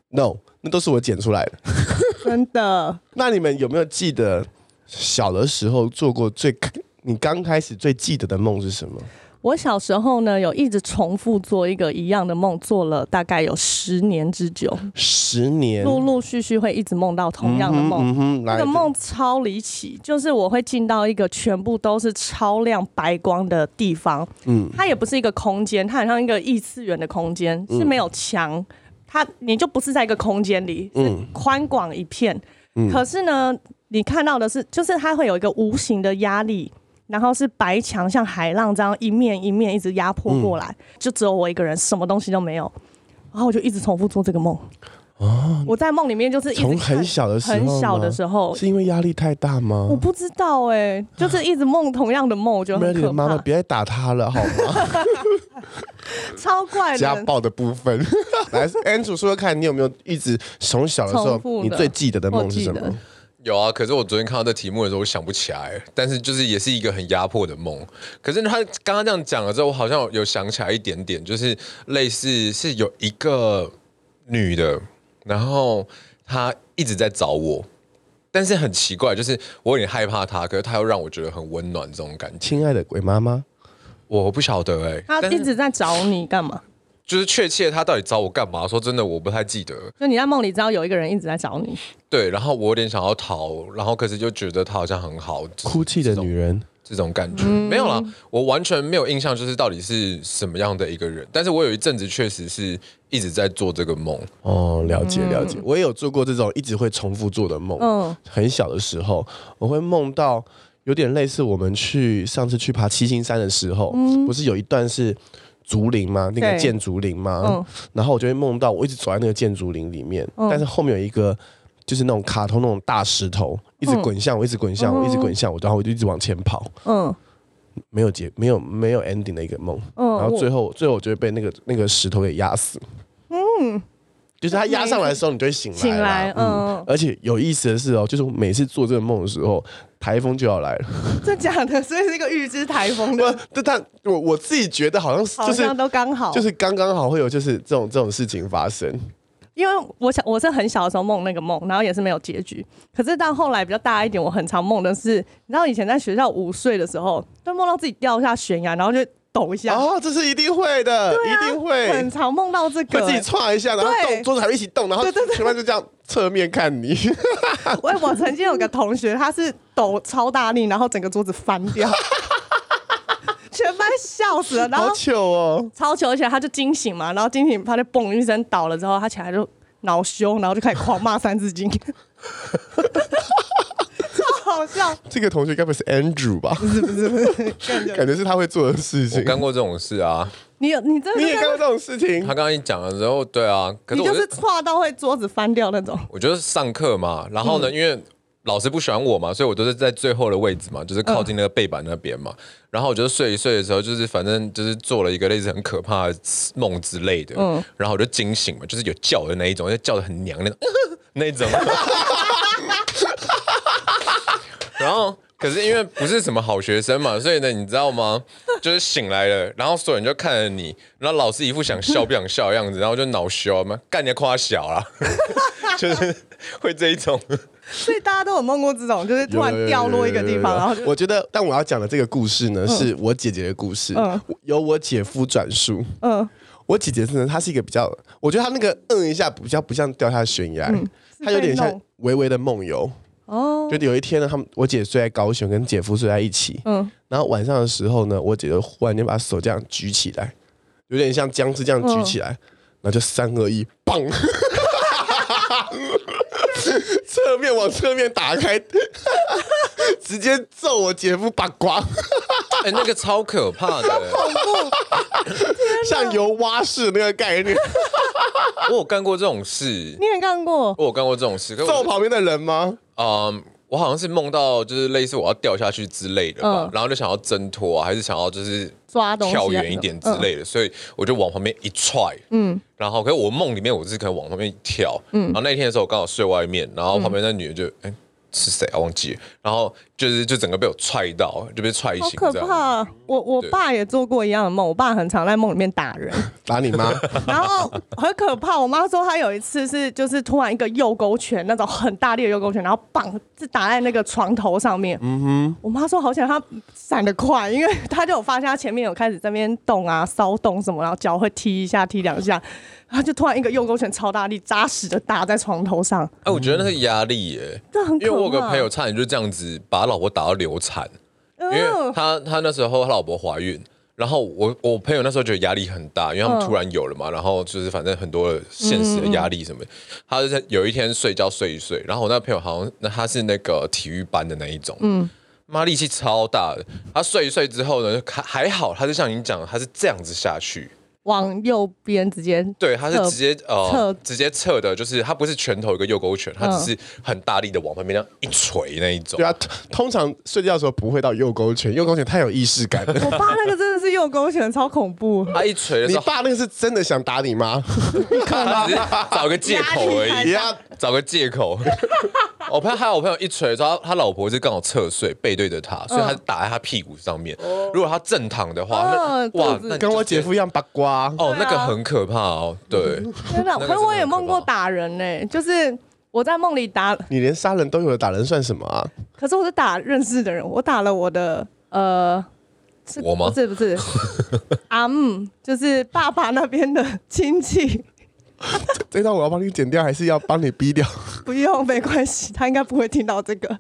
S3: ，No，那都是我剪出来的。
S2: 真的，
S3: 那你们有没有记得小的时候做过最你刚开始最记得的梦是什么？
S2: 我小时候呢，有一直重复做一个一样的梦，做了大概有十年之久，
S3: 十年，
S2: 陆陆续续会一直梦到同样的梦。
S3: 嗯哼，
S2: 那
S3: 来
S2: 个梦超离奇，就是我会进到一个全部都是超亮白光的地方，嗯，它也不是一个空间，它很像一个异次元的空间，
S3: 嗯
S2: 是没有墙，它你就不是在一个空间里，是
S3: 嗯
S2: 宽广一片，可是呢，你看到的是，就是它会有一个无形的压力。然后是白墙像海浪这样一面一面一直压迫过来，
S3: 嗯
S2: 就只有我一个人，什么东西都没有。然后我就一直重复做这个梦。哦，我在梦里面就是一直
S3: 啊从
S2: 看
S3: 很小的时候吗，
S2: 很小的时候，
S3: 是因为压力太大吗？
S2: 我不知道哎、就是一直梦同样的梦，我觉得
S3: m e
S2: 很
S3: r
S2: 可
S3: 的妈妈
S2: 怕，
S3: 别再打他了好吗？
S2: 超怪
S3: 家
S2: 的。
S3: 暴的 部分，来，Andrew 说说看，你有没有一直从小的时
S2: 重复
S3: 候
S2: 的
S3: 你最记得的梦是什
S2: 我记
S3: 么
S2: 得？
S1: 有啊，可是我昨天看到这题目的时候，我想不起来，但是就是也是一个很压迫的梦。可是他刚刚这样讲了之后，我好像有想起来一点点，就是类似是有一个女的，然后她一直在找我，但是很奇怪，就是我有点害怕她，可是她又让我觉得很温暖这种感觉。
S3: 亲爱的鬼 妈妈，
S1: 我不晓得哎、欸，
S2: 他
S1: 但是
S2: 一直在找你干嘛？
S1: 就是确切她到底找我干嘛？说真的，我不太记得。
S2: 就你在梦里知道有一个人一直在找你，
S1: 对，然后我有点想要逃，然后可是就觉得她好像很好，就是
S3: 哭泣的女人，
S1: 这种感觉、
S2: 嗯
S1: 没有啦，我完全没有印象，就是到底是什么样的一个人。但是我有一阵子确实是一直在做这个梦，
S3: 哦，了解了解，我也有做过这种一直会重复做的梦。
S2: 嗯
S3: 很小的时候，我会梦到有点类似我们去上次去爬七星山的时候，不是有一段是竹林吗？那个
S2: 嗯对
S3: 建竹林吗？
S2: 嗯
S3: 然后我就会梦到我一直走在那个建筑林里面，
S2: 嗯
S3: 但是后面有一个就是那种卡通那种大石头，一直滚向我，一直滚向我，一直滚向我，然后我就一直往前跑，
S2: 嗯
S3: 没有结，没有没有 ending 的一个梦。
S2: 嗯
S3: 然后最
S2: 后
S3: 后最后我就会被那个那个石头给压死。嗯，就是它压上来的时候，你就会醒来啦。
S2: 醒来，
S3: 嗯。
S2: 嗯，
S3: 而且有意思的是哦，就是我每次做这个梦的时候，台风就要来了。
S2: 这假的，所以是一个预知台风
S3: 不
S2: 的，，
S3: 但但我我自己觉得好像是
S2: 好
S3: 就是
S2: 像都刚好。
S3: 就是刚刚好会有就是这种这种事情发生。
S2: 因为我想我是很小的时候梦那个梦，然后也是没有结局。可是到后来比较大一点，我很常梦的是，你知道以前在学校午睡的时候，就梦到自己掉下悬崖，然后就抖一下，
S3: 哦，这是一定会的，一
S2: 啊
S3: 定
S2: 很
S3: 会。
S2: 常梦到这
S3: 会
S2: 个、
S3: 自己歘一下，然后
S2: 对
S3: 动桌子还会一起动，然后
S2: 对对对
S3: 全班就这样侧面看你，
S2: 我我曾经有个同学，他是抖超大力，然后整个桌子翻 掉，全班笑死了。然后
S3: 好糗哦！
S2: 超糗，而且他就惊醒嘛，然后惊醒他就嘣一声倒了之后，他起来就恼羞，然后就开始狂骂《三字 经》，超好笑。
S3: 这个同学该不会是 Andrew 吧？
S2: 不是不是不是，感觉
S3: 感觉是他会做的事
S1: 我
S3: 情。
S1: 干过这种事啊。
S2: 你有你真的
S3: 你也
S2: 是
S3: 干过这种事情
S1: 他？刚刚一讲了之后，对啊，可是
S2: 你
S1: 我
S2: 就是
S1: 是
S2: 跨到会桌子翻掉那种。
S1: 我就是上课嘛，然后呢，因为老师不喜欢我嘛，所以我都是在最后的位置嘛，就是靠近那个背板那边嘛。然后我就睡一睡的时候，就是反正就是做了一个类似很可怕的梦之类的，然后我就惊醒嘛，就是有叫的那一种，就叫的很娘那种， 那一种。然后可是因为不是什么好学生嘛，所以呢，你知道吗？就是醒来了，然后所有人就看着你，然后老师一副想笑不想笑的样子，然后就恼羞嘛，干你还夸小啊啦，就是会这一种。
S2: 所以大家都有梦过这种，就是突然掉落一个地方，然后就嗯
S3: 我觉得，但我要讲的这个故事呢，是我姐姐的故事，有我姐夫转述。
S2: 嗯
S3: 我姐姐真的，她是一个比较，我觉得她那个嗯一下比较不像掉下悬崖，她有点
S2: 嗯是被
S3: 像
S2: 弄
S3: 微微的梦游。
S2: 哦，
S3: 就有一天呢，他们我姐睡在高雄，跟姐夫睡在一起，
S2: 嗯，
S3: 然后晚上的时候呢，我姐就忽然间把手这样举起来，有点像僵尸这样举起来，然后就三二一，棒！ 侧面往侧面打开， 直接揍我姐夫把瓜，
S1: 哎、那个超可怕的，欸
S3: 像油蛙式那个概念，
S1: 我有干过这种事，
S2: 你也干过？
S1: 我有干过这种事，可是
S3: 揍
S1: 我
S3: 旁边的人吗？
S1: 嗯，我好像是梦到就是类似我要掉下去之类的吧，
S2: 嗯
S1: 然后就想要挣脱啊，还是想要就是
S2: 抓东西啊
S1: 跳远一点之类的，所以我就往旁边一踹，嗯，然后可是我梦里面我是可能往旁边一跳，嗯，然后那天的时候我刚好睡外面，然后旁边那女的
S2: 嗯
S1: 就哎。是谁啊？忘记了，然后就是就整个被我踹到，就被踹
S2: 好
S1: 醒
S2: 可
S1: 这样。
S2: 怕！我我
S1: 对
S2: 爸也做过一样的梦，我爸很常在梦里面打 人，
S3: 打你妈！
S2: 然后很可怕。我妈说她有一次是就是突然一个右勾拳，那种很大力的右勾拳，然后棒是打在那个床头上面。嗯哼，我妈说好险她闪得快，因为她就有发现她前面有开始在那边动啊骚动什么，然后脚会踢一下踢两下，然后就突然一个右勾拳超大力扎实的打在床头上，
S1: 哎、我觉得
S2: 嗯
S1: 那是压力耶、
S2: 这很
S1: 因
S2: 可怕。
S1: 为我有个朋友差点就这样子把老婆打到流产，因为
S2: 嗯
S1: 他他那时候他老婆怀孕，然后我我朋友那时候觉得压力很大，因为他们
S2: 嗯
S1: 突然有了嘛，然后就是反正很多的现实的压力什么，他就在有一天睡觉睡一睡，然后我那朋友好像那他是那个体育班的那一种，嗯。妈力气超大的，他睡一睡之后呢，就还还好，他就像你讲的，他是这样子下去，
S2: 往右边直接
S1: 对，他是
S2: 侧
S1: 直接
S2: 侧
S1: 呃直接侧的，就是他不是拳头一个右勾拳，他
S2: 嗯
S1: 只是很大力的往旁边这样一捶那一种
S3: 对。啊，通通常睡觉的时候不会到右勾拳，右勾拳太有仪式 感了。
S2: 我爸那个真的是右勾拳，超 恐怖。
S1: 他一捶的
S3: 你
S1: 时候，
S3: 爸那个是真的想打你妈，
S1: 他只是找个借口而
S2: 压
S1: 已
S2: 力
S3: 你。要
S1: 找个借口。 我朋友还有我朋友一锤之后，他他老婆是刚好侧睡，背对着他，所以他打在他屁股上面。如果他正躺的话，
S2: 哦
S1: 那哇
S2: 肚，子
S1: 那你就
S3: 跟我姐夫一样八卦。
S1: 哦，
S2: 对啊嗯
S1: 那个很可怕哦。对，
S2: 真的，
S1: 那个真
S2: 可是
S1: 的
S2: 我也
S1: 很可
S2: 梦过
S1: 怕
S2: 打人呢、就是我在梦里打，
S3: 你连杀人都有了，打人算什么啊？
S2: 可是我是打认识的人，我打了我的呃，是
S1: 我吗
S2: 不是 不是，阿姆、就是爸爸那边的亲戚，
S3: 这段我要帮你剪掉，还是要帮你逼掉？
S2: 不用没关系，他应该不会听到这个，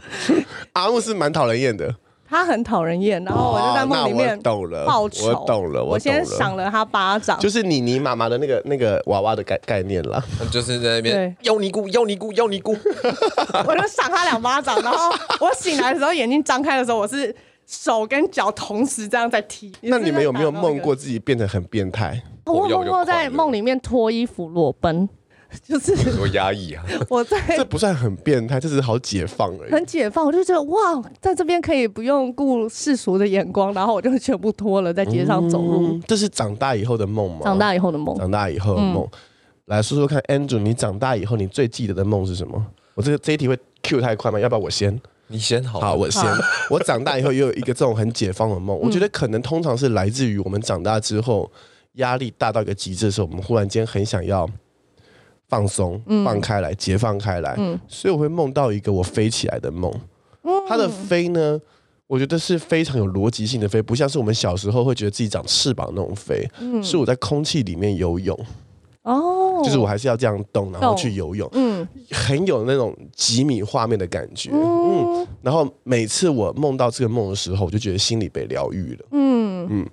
S3: 阿木是蛮讨人厌的。
S2: 他很讨人厌，然后我
S1: 哦
S2: 就在
S3: 那
S2: 梦里
S3: 我
S2: 面
S3: 懂了，
S2: 报仇，
S3: 我懂了，
S2: 我先赏
S3: 想，
S2: 了他巴掌，
S3: 就是你你妈妈的那个那个娃娃的概概念啦。
S1: 就是在那边妖尼姑，妖尼姑，妖尼姑。
S2: 我就赏他两巴掌，然后我醒来的时候，眼睛张开的时候，我是手跟脚同时这样在踢。
S3: 那你们有没有
S2: 你是不是打到那个
S3: 梦过？自己变得很变态？
S2: 我梦过在梦里面脱衣服裸奔，就是
S1: 多压抑啊！
S2: 我在
S3: 这不算很变态，这只是好解放而已。
S2: 很解放，我就觉得哇，在这边可以不用顾世俗的眼光，然后我就全部脱了，在街上走路。
S3: 嗯，这是长大以后的梦吗？
S2: 长大以嗯后的梦，
S3: 长大以后的梦，来说说看，Andrew，你长大以后你最记得的梦是什么？我这个这一题会 Q 太快吗？要不要我先？
S1: 你先好了，
S3: 好，我先
S2: 好。
S3: 我长大以后也有一个这种很解放的梦，我觉得可能通常是来自于我们长大之后压力大到一个极致的时候，我们忽然间很想要放松、放开来、解放开来，所以我会梦到一个我飞起来的梦。它的飞呢，我觉得是非常有逻辑性的飞，不像是我们小时候会觉得自己长翅膀那种飞，是我在空气里面游泳，
S2: 哦，
S3: 就是我还是要这样动，然后
S2: 懂
S3: 去游泳。
S2: 嗯
S3: 很有那种几米画面的感觉，嗯，
S2: 嗯
S3: 然后每次我梦到这个梦的时候，我就觉得心里被疗愈了。
S2: 嗯，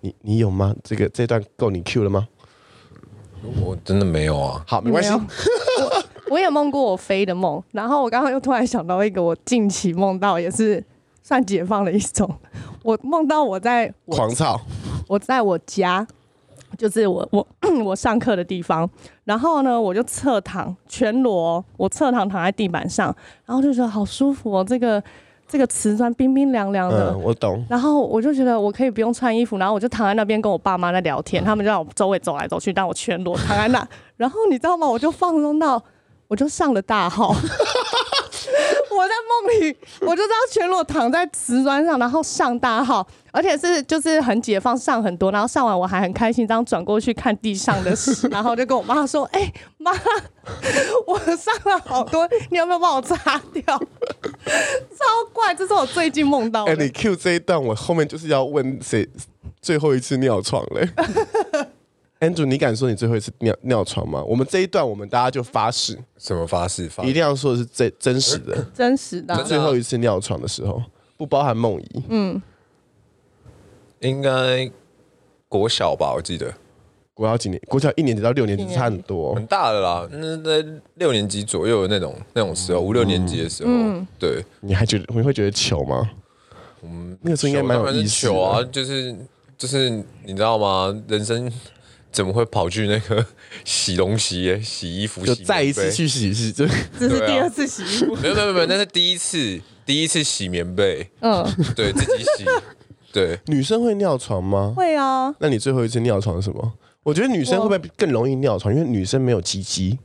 S3: 你你有吗？这个这段够你 Q 了吗？
S1: 我真的没有啊。
S3: 好，没关系
S2: 没。有我也梦过我飞的梦，然后我刚刚又突然想到一个我近期梦到也是算解放的一种，我梦到我在我
S3: 狂躁，
S2: 我在我家，就是我我 我上课的地方，然后呢我就侧躺全裸哦，我侧躺躺在地板上，然后就觉得好舒服哦，这个这个瓷砖冰冰凉凉的。
S3: 嗯，我懂。
S2: 然后我就觉得我可以不用穿衣服，然后我就躺在那边跟我爸妈在聊天，他们就让我周围走来走去，但我全裸躺在那。然后你知道吗？我就放松到，我就上了大号。我在梦里，我就这样全裸躺在瓷砖上，然后上大号，而且是就是很解放，上很多，然后上完我还很开心，这样转过去看地上的屎，然后就跟我妈说：“哎、妈， 我上了好多，你有没有帮我擦掉？”超怪，这是我最近梦到的。
S3: 哎，你 Q 这一段，我后面就是要问谁最后一次尿床嘞？ Andrew，你敢说你最后一次尿尿床吗？我们这一段，我们大家就发誓，
S1: 什么发誓发？
S3: 一定要说的是真真实的，
S2: 真实的啊、
S1: 真的
S3: 最后一次尿床的时候，不包含梦遗。
S1: 应该国小吧，我记得
S3: 国小几年？国小一年级到六年级差很多哦、
S1: 很大的啦，那在六年级左右的那种那种时
S3: 嗯
S1: 候，五六年级的时候，
S2: 嗯
S1: 对，
S3: 你还觉得你会觉得糗吗？嗯，那个时候应该蛮有意思的
S1: 球啊，就是就是你知道吗？人生怎么会跑去那个 洗东西、洗衣服、洗
S3: 就
S1: 棉
S3: 再一
S1: 被
S3: 次？去洗洗，就
S2: 这是
S1: 对啊
S2: 第二次洗衣服。
S1: 没有没有没有，那是第一次，第一次洗棉被，
S3: 啊
S2: 嗯，
S1: 对自己 洗，对。
S3: 女生会尿床吗？
S2: 会啊，
S3: 那你最后一次尿床是什么？我觉得女生
S2: 我
S3: 会不会更容易尿床？因为女生没有鸡鸡，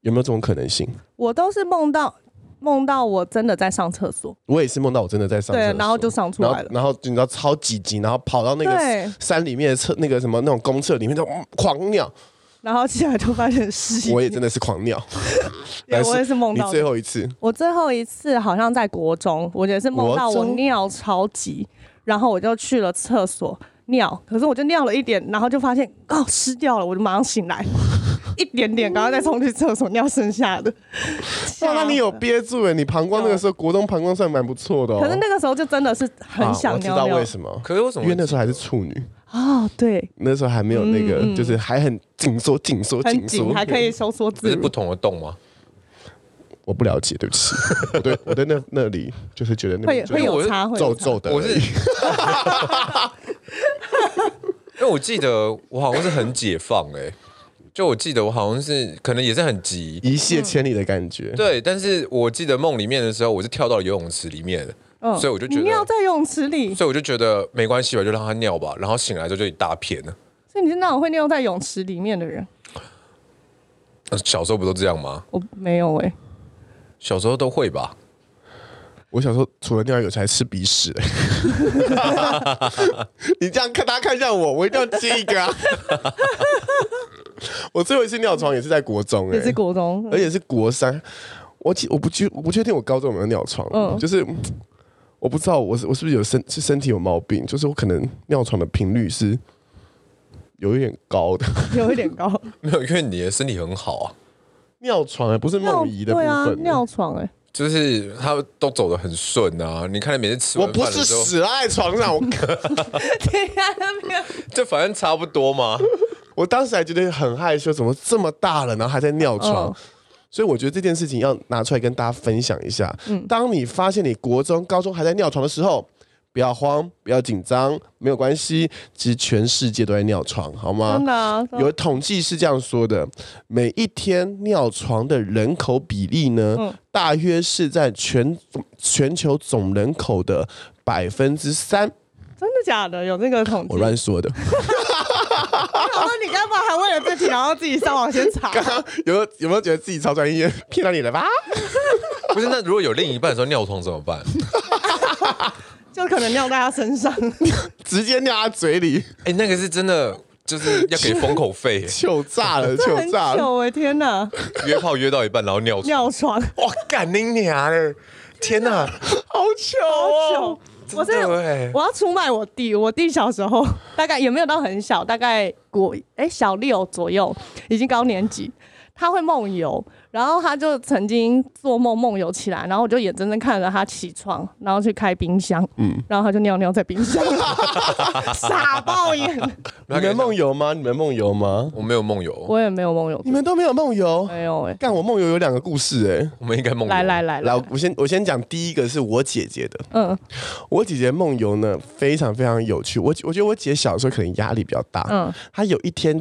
S3: 有没有这种可能性？
S2: 我都是梦到梦到我真的在上厕所，
S3: 我也是梦到我真的在上厕所，
S2: 对然后就上出来了
S3: 然后然后你知道超级急，然后跑到那
S2: 对
S3: 个山里面的厕那个什么那种公厕里面就、嗯狂尿，
S2: 然后起来就发现是
S3: 我也真的是狂尿。
S2: 对
S3: 但 是
S2: 我也是梦到
S3: 你
S2: 的
S3: 最后一次，
S2: 我最后一次好像在国中，我也是梦到
S3: 国
S2: 我
S3: 中
S2: 尿超级，然后我就去了厕所尿，可是我就尿了一点，然后就发现哦湿掉了，我就马上醒 来，一点点，然后再冲去厕所尿剩下的。啊
S3: 哇，哦那你有憋住哎？你膀胱那个时候国中膀胱算蛮不错的哦。
S2: 可是那个时候就真的是很
S3: 啊
S2: 想
S3: 我知
S2: 尿
S3: 道
S2: 尿
S3: 为什么，
S1: 可是为什么
S3: 因为那时候还是处女，
S2: 哦，对，
S3: 那时候还没有那个，就是还很紧缩、紧缩、
S2: 嗯很
S3: 缩
S2: 紧，，还可以收缩
S1: 不
S2: 自
S1: 是不
S2: 如。
S1: 同的洞吗？
S3: 我不了解，对不起， 我对我对那那里就是觉得那
S2: 会
S3: 边
S2: 有
S3: 就是
S2: 会
S1: 因为我
S2: 有
S1: 是
S2: 差，会有
S3: 皱
S2: 差
S3: 皱的而 已，
S1: 我是，因为我记得我好像是很解放哎、就我记得我好像是可能也是很急，
S3: 一泻千里的感觉。
S1: 嗯对，但是我记得梦里面的时候，我是跳到了游泳池里面的，
S2: 嗯
S1: 所以我就觉
S2: 你尿
S1: 得，
S2: 在游泳池里，
S1: 所以我就觉得没关系吧，就让他尿吧。然后醒来之后就一大片了。
S2: 所以你是那种会尿在泳池里面的人？
S1: 呃小时候不都这样吗？
S2: 我没有哎、
S1: 小时候都会吧？
S3: 我小时候除了尿有时还吃鼻屎、 你这样看大家看一下我，我一定要接一个啊！ 我最后一次尿床也是在国中、欸，
S2: 也是国中，
S3: 而且是国三。我其我不确我不确定我高中有没有尿床，
S2: 嗯
S3: 就是嗯我不知道我是我是不是有身是身体有毛病，就是我可能尿床的频率是有一点高的。
S2: 有一点高。
S1: 没有，因为你的身体很好啊，
S3: 尿床、欸、不是
S2: 尿
S3: 梦遗的部
S2: 对啊
S3: 分、，欸
S2: 尿床哎、
S1: 就是他都走得很顺啊。你看他每次吃
S3: 我
S1: 完
S3: 不
S1: 饭
S3: 是
S1: 的时候，
S3: 死赖在床上，我
S2: 对啊，那边
S1: 就反正差不多嘛。
S3: 我当时还觉得很害羞，怎么这么大了，然后还在尿床？
S2: 嗯
S3: 所以我觉得这件事情要拿出来跟大家分享一下。
S2: 嗯
S3: 当你发现你国中、高中还在尿床的时候，不要慌，不要紧张，没有关系。其实全世界都在尿床，好吗？
S2: 真的啊，
S3: 有统计是这样说的：每一天尿床的人口比例呢，
S2: 嗯
S3: 大约是在全全球总人口的百分之三。
S2: 真的假的？有那个统计？
S3: 我乱说的。
S2: 想说你干嘛还为了这题，然后自己上网先查？
S3: 刚刚有没有有没有觉得自己超专业，骗到你了吧？
S1: 不是，那如果有另一半的时候尿床怎么办？
S2: 就可能尿在他身上，
S3: 直接尿他嘴里，
S1: 哎、那个是真的，就是要给封口费、
S3: 糗炸了，
S2: 这
S3: 糗
S2: 很
S3: 炸了。
S2: 糗哎、天哪，
S1: 约炮约到一半然后尿床，
S2: 尿床
S1: 哇，干你娘嘞！天哪，好糗
S2: 好糗
S1: 哦！。
S2: 我是
S1: 真的欸
S2: 我要出卖我弟，我弟小时候大概也没有到很小，大概国哎、小六左右，已经高年级，他会梦游，然后他就曾经做梦梦游起来，然后我就眼睁睁看着他起床，然后去开冰箱，
S3: 嗯
S2: 然后他就尿尿在冰 箱，傻爆眼，
S3: 你们梦游吗？你们梦游吗？
S1: 我没有梦游，
S2: 我也没有梦游
S3: 你，们都没有梦游？
S2: 没有哎、
S3: 干，我梦游有两个故事哎、
S1: 我们应该梦游
S2: 来来来
S3: 来
S2: 来，，
S3: 我先我先讲第一个是我姐姐的。
S2: 嗯
S3: 我姐姐梦游呢，非常非常有趣。我我觉得我姐小时候可能压力比较大，
S2: 嗯
S3: 她有一天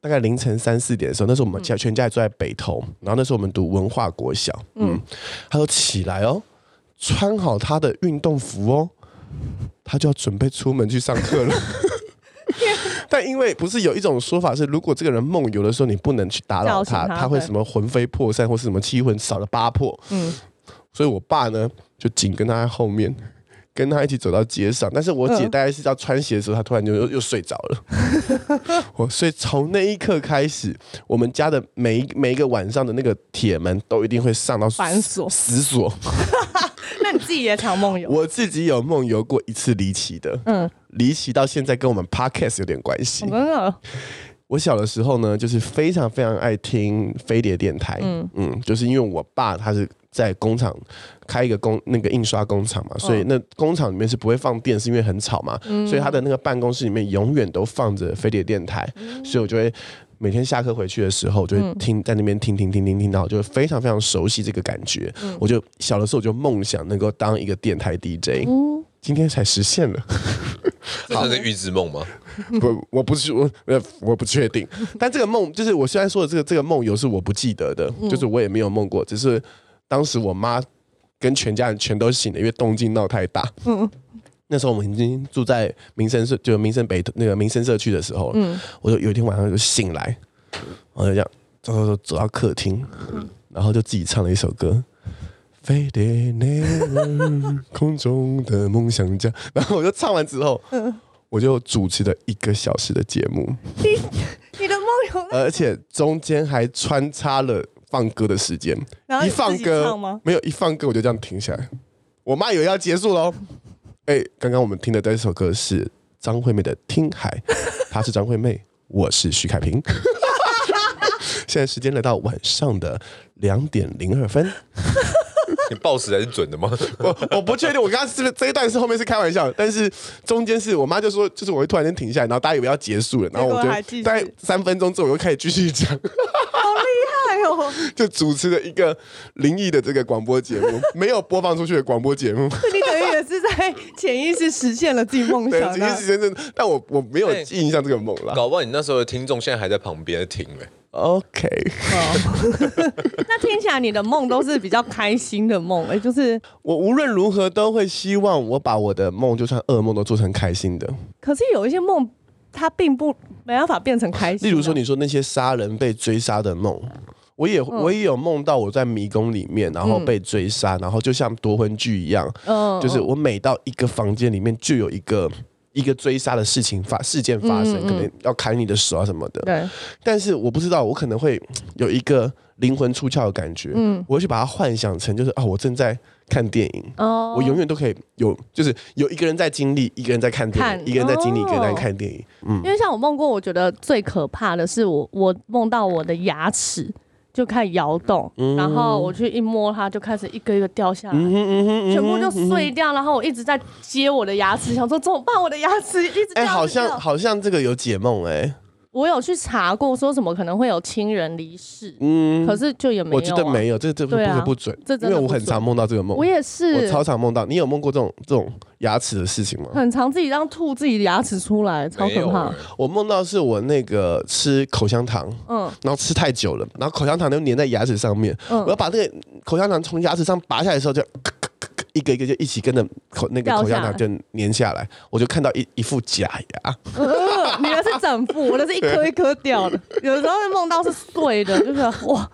S3: 大概凌晨三四点的时候，那时候我们家全家也住在北投，然后那时候我们读文化国小，嗯，她说起来哦，穿好她的运动服哦，她就要准备出门去上 课了。但因为不是有一种说法是，如果这个人梦游的时候，你不能去打
S2: 叫
S3: 扰他，
S2: 醒他
S3: 他会
S2: 对
S3: 什么魂飞魄散，或是什么七魂少了八魄。
S2: 嗯，
S3: 所以我爸呢就紧跟他在后面，跟他一起走到街上。但是我姐
S2: 嗯
S3: 大概是要穿鞋的时候，她突然就又又睡着了。 我所以从那一刻开始，我们家的每一每一个晚上的那个铁门都一定会上到
S2: 反锁
S3: 死锁。
S2: 那你自己也常梦游，
S3: 我自己有梦游过一次离奇的，
S2: 嗯，
S3: 离奇到现在跟我们 podcast 有点关系
S2: 我。真的，
S3: 我小的时候呢，就是非常非常爱听飞碟电台，嗯就是因为我爸他是在工厂开一个工那个印刷工厂嘛，所以那工厂里面是不会放电视，因为很吵嘛，所以他的那个办公室里面永远都放着飞碟电台，所以我就会。每天下课回去的时候，我就会听、在那边听听听听听到，就非常非常熟悉这个感觉。我就小的时候我就梦想能够当一个电台 DJ，、今天才实现了。
S1: 这算是预知梦吗？
S3: 不，我不是我呃，我不确定。但这个梦，就是我现在说的这个这个梦，有是我不记得的，就是我也没有梦过，只是当时我妈跟全家人全都醒了，因为动静闹太大。嗯。那时候我们已经住在民生社，就民生北那个民生社区的时候，嗯，我就有一天晚上就醒来，我就这样走走走走到客厅，然后就自己唱了一首歌，飞碟 never 空中的梦想家。 然后我就唱完之后，我就主持了一个小时的节目，
S2: 你的梦有
S3: 而且中间还穿插了放歌的时间
S2: 然。后
S3: 一
S2: 你
S3: 放
S2: 啊自己
S3: 歌
S2: 唱吗
S3: 没有，一放歌我就这样停下来。我妈以为要结束 喽。哎、刚刚我们听的这首歌是张惠妹的《听海》， 她是张惠妹，我是徐凯平。 现在时间来到晚上的两点零二分。
S1: 你报时还是准的吗？
S3: 我我不确定，我刚刚是不是这一段是后面是开玩笑，但是中间是我妈就说，就是我会突然间停下来，然后大家以为要结束了，然后我
S2: 结果还继
S3: 就
S2: 续
S3: 大概三分钟之后我又开始继续讲，
S2: 好厉害哦！
S3: 就主持了一个灵异的这个广播节目，没有播放出去的广播节 目。
S2: 你等于也是在潜意识实现了自己梦
S3: 对，
S2: 想
S3: 其实
S2: 的。
S3: 是真正，但我我没有
S1: 哎
S3: 印象这个梦
S2: 啊
S3: 啦。
S1: 搞不好你那时候的听众现在还在旁边听嘞、
S3: OK，
S2: 哦 那听起来你的梦都是比较开心的梦，哎，就是，
S3: 我无论如何都会希望我把我的梦，就算噩梦，都做成开心的。
S2: 可是有一些梦，它并不没办法变成开心。
S3: 例如说，，你说那些杀人被追杀的梦，我也、
S2: 嗯
S3: 我也有梦到我在迷宫里面，然后被追杀，然后就像夺魂剧一样，
S2: 嗯
S3: 就是我每到一个房间里面就有一个一个追杀的事情发事件发生，可能要砍你的手啊什么的。
S2: 嗯对，
S3: 但是我不知道，我可能会有一个灵魂出窍的感觉，
S2: 嗯
S3: 我会去把它幻想成就是啊，我正在看电影。
S2: 哦
S3: 我永远都可以有，就是有一个人在经历，一个人在看电影，
S2: 看
S3: 一个人在经历，一
S2: 哦
S3: 个人在看电影。
S2: 因为像我梦过，我觉得最可怕的是我我梦到我的牙齿就开始摇动，
S3: 嗯
S2: 然后我去一摸它，就开始一个一个掉下来。
S3: 嗯
S2: 全部就碎掉，然后我一直在接我的牙齿，想说怎么办？我的牙齿一直
S3: 哎、
S2: 掉
S3: 好
S2: 一直掉
S3: 像好像这个有解梦哎、
S2: 我有去查过，说什么可能会有亲人离世，
S3: 嗯，
S2: 可是就也没有、
S3: 我觉得，没有，这这不
S2: 对
S3: 可
S2: 啊
S3: 不准，
S2: 这真的
S3: 因为我
S2: 不
S3: 很
S2: 准
S3: 常梦到这个梦，
S2: 我也是，
S3: 我超常梦到。你有梦过这种这种牙齿的事情吗？
S2: 很常自己让吐自己的牙齿出来，超
S1: 没
S2: 可
S1: 有
S2: 怕
S1: 欸。
S3: 我梦到是我那个吃口香糖，
S2: 嗯，
S3: 然后吃太久了，然后口香糖就粘在牙齿上面，
S2: 嗯
S3: 我要把那个口香糖从牙齿上拔下来的时候就咔咔咔咔。一个一个就一起跟着口那个
S2: 掉
S3: 口香
S2: 下
S3: 糖就粘下来，我就看到一一副假牙，
S2: 呃你的是整副，我的是一颗一颗掉的，有时候会梦到是碎的，就是哇，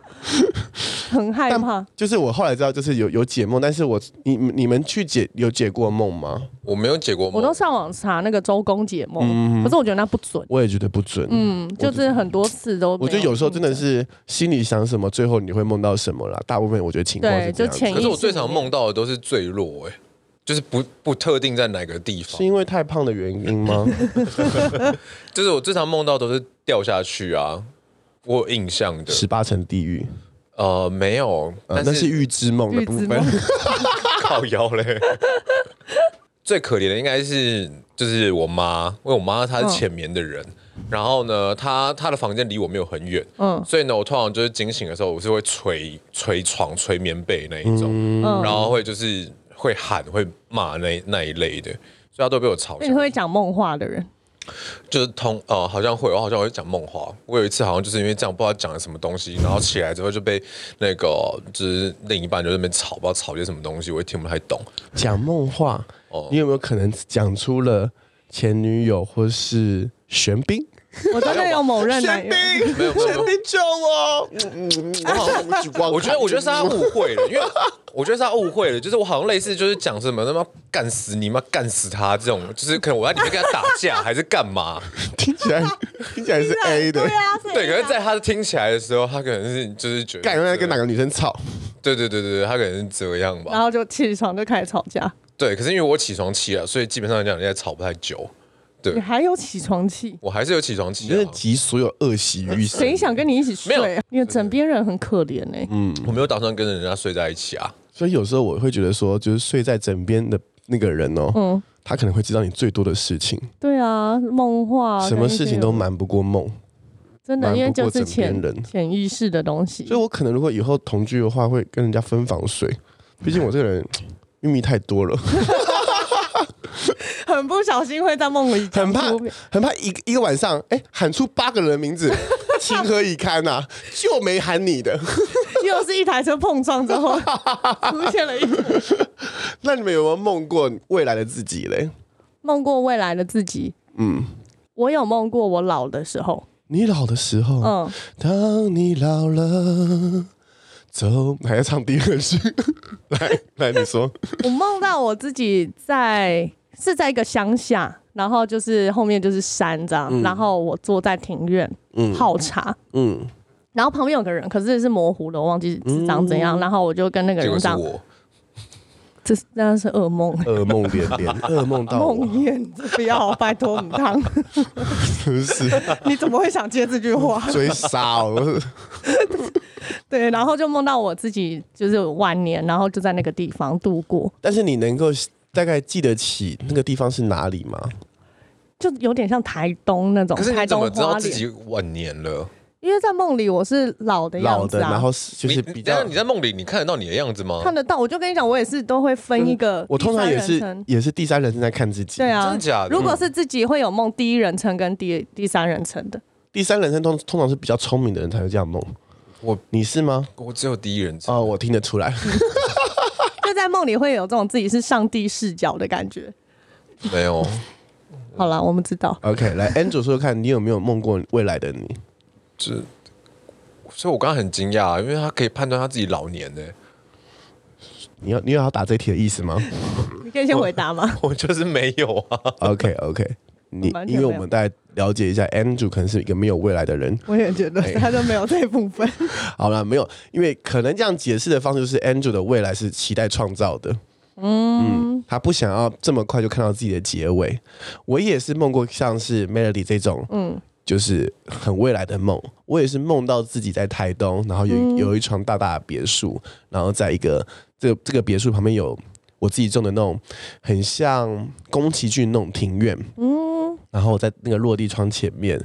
S2: 很害怕。
S3: 就是我后来知道就是有有解梦，但是我你你们去解有解过梦吗？
S1: 我没有解过
S2: 我都
S1: 梦，
S2: 上网查那个周公解梦，
S3: 嗯
S2: 可是我觉得那不准，
S3: 我也觉得不准，
S2: 嗯，就是很多次都没，
S3: 我觉得有时候真的是心里想什么，最后你会梦到什么啦。大部分我觉得情况
S2: 对
S3: 是这样
S2: 就
S3: 子
S2: 潜意
S1: 可
S2: 识
S1: 是我最常梦到的都是坠落、欸，就是不不特定在哪个地方
S3: 是，因为太胖的原因 吗？
S1: 就是我最常梦到都是掉下去啊，我有印象的，
S3: 十八层地狱，
S1: 呃，没有，
S2: 嗯
S3: 呃
S1: 但
S3: 那
S1: 是
S3: 是预知梦的
S2: 预
S3: 部
S2: 知
S3: 分
S2: 梦。
S1: 靠腰嘞。最可怜的应该是就是我妈，因为我妈
S2: 嗯
S1: 她是浅眠的人，然后呢，她她的房间离我没有很远，
S2: 嗯
S1: 所以呢，我通常就是惊醒的时候，我是会捶捶床、捶棉被那一种，
S2: 嗯
S1: 然后会就是会喊、会骂那那一类的，所以她都被我吵
S2: 那
S1: 醒
S2: 你。会讲梦话的人，
S1: 就是通呃，好像会，我好像会讲梦话。我有一次好像就是因为这样，不知道讲了什么东西，然后起来之后就被那个就是另一半就在那边吵，不知道吵些什么东西，我也听不太懂。
S3: 讲梦话
S1: 哦，
S3: 你有没有可能讲出了前女友或是玄彬？
S2: 我真的有某任男
S3: 玄
S2: 友。
S3: 彬，
S1: 没有没有
S3: 玄彬救我！嗯嗯嗯我好像无举光看
S1: 我觉得，我觉得是他误会了，因为我觉得是他误会了，就是我好像类似就是讲什么他妈干死你妈干死他这种，就是可能我在里面跟他打架还是干 嘛？
S3: 听起 来听起来是 A 的
S2: 对。啊，是
S1: 对，可是在他听起来的时候，他可能是就是觉得
S3: 干，在跟哪个啊女生吵？
S1: 对对对对对，他可能是这样
S2: 然
S1: 吧。
S2: 后就起床就开始吵架。
S1: 对，可是因为我起床气了，所以基本上来讲人家吵不太久。对
S2: 你还有起床气，
S1: 我还是有起床气、
S3: 真的
S1: 啊，
S3: 集所有恶习于一身。
S2: 谁想跟你一起睡、
S1: 没
S2: 啊？你的枕边人很可怜哎、
S3: 嗯
S1: 我没有打算跟人家睡在一起啊。
S3: 所以有时候我会觉得说，就是睡在枕边的那个人哦，
S2: 嗯，
S3: 他可能会知道你最多的事情，
S2: 对啊，梦话
S3: 什么事情都瞒不过梦。
S2: 真的，因为
S3: 瞒不
S2: 就
S3: 过
S2: 是
S3: 枕边
S2: 潜
S3: 人
S2: 潜意识的东西
S3: 所。以我可能如果以后同居的话，会跟人家分房睡，毕竟我这个人秘密太多了，
S2: 很不小心会在梦里讲
S3: 很怕
S2: 出
S3: 很怕一个一个晚上，哎、喊出八个人的名字，情何以堪呐、 就没喊你的。
S2: 又是一台车碰撞之 后出现了一
S3: 那你们有没有梦过未来的自己嘞？
S2: 梦过未来的自己。
S3: 嗯，
S2: 我有梦过我老的时候，
S3: 你老的时候，
S2: 嗯，
S3: 当你老了，走，还要唱第二句， 来来，你说，
S2: 我梦到我自己在是在一个乡下，然后就是后面就是山这样，然后我坐在庭院
S3: 嗯
S2: 泡茶，
S3: 嗯，
S2: 然后旁边有个人，可是是模糊的，我忘记是长怎
S3: 嗯
S2: 样，然后我就跟那个
S1: 结
S2: 人
S1: 果是
S2: 讲，
S1: 我，
S2: 这是那是噩梦。
S3: 噩梦连连，噩梦到我
S2: 梦， 魇，这不要，拜托母汤，
S3: 真是
S2: 你怎么会想接这句话？
S3: 追杀哦，
S2: 对，然后就梦到我自己就是晚年，然后就在那个地方度过，
S3: 但是你能够大概记得起那个地方是哪里吗？
S2: 就有点像台东那种。
S1: 可是
S2: 台
S1: 你怎
S2: 东
S1: 么知道
S3: 啊
S2: 花
S1: 自
S2: 莲
S1: 己晚年了？
S2: 因为在梦里我是老的样
S3: 老
S2: 子
S3: 的，
S2: 啊，
S3: 然后是就是
S1: 你
S3: 比较
S1: 等一下。你在梦里你看得到你的样子吗？
S2: 看得到。我就跟你讲，我也是都会分一个
S3: 我通常也
S2: 第
S3: 是
S2: 三人称
S3: 也是第三人称在看自己，
S2: 对啊，
S1: 真的假的
S2: 如果是自己会有梦，第一人称跟第第三人称的，
S3: 第三人称通通常是比较聪明的人才会这样梦。
S1: 我
S3: 你是吗？
S1: 我只有第一人称，
S3: 哦，我听得 出来，
S2: 就在梦里会有这种自己是上帝视角的感觉。
S1: 没有。
S2: 好了，我们知道
S3: OK，来，Andrew 说说看，你有没有梦过未来的你？
S1: 这，所以我刚刚很惊讶，因为他可以判断他自己老年呢、
S3: 你要你有要打这题的意思吗
S2: 你可以先回答 吗？
S1: 我就是没有啊。
S3: ？OK OK，你
S2: 完全
S3: 因为我
S2: 没有
S3: 们大概了解一下，Andrew 可能是一个没有未来的人。
S2: 我也觉得他都没有这部分，
S3: 好了，没有，因为可能这样解释的方式就是 Andrew 的未来是期待创造的。嗯，他不想要这么快就看到自己的结尾。我也是梦过像是 Melody 这种，嗯，就是很未来的梦。我也是梦到自己在台东，然后有、有一床大大的别墅，然后在一个这个这个别墅旁边有我自己种的那种很像宫崎骏那种庭院，嗯，然后我在那个落地窗前面，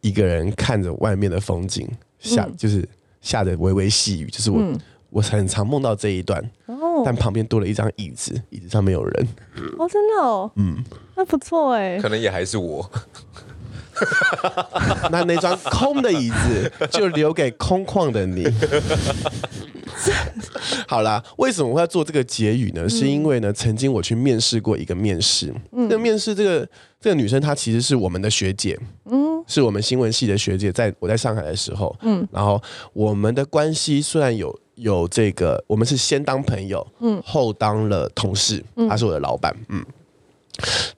S3: 一个人看着外面的风景，下、就是下着微微细雨，就是我、我很常梦到这一段，
S2: 哦
S3: 但旁边多了一张椅子，椅子上没有人，
S2: 哦，真的哦，嗯，那不错哎、
S1: 可能也还是我，
S3: 那那张空的椅子就留给空旷的你。好啦，为什么我要做这个结语呢？是因为呢，曾经我去面试过一个面试，那面试这个这个女生她其实是我们的学姐，嗯，是我们新闻系的学姐，在我在上海的时候，嗯，然后我们的关系虽然有有这个，我们是先当朋友，嗯，后当了同事，她是我的老板，嗯，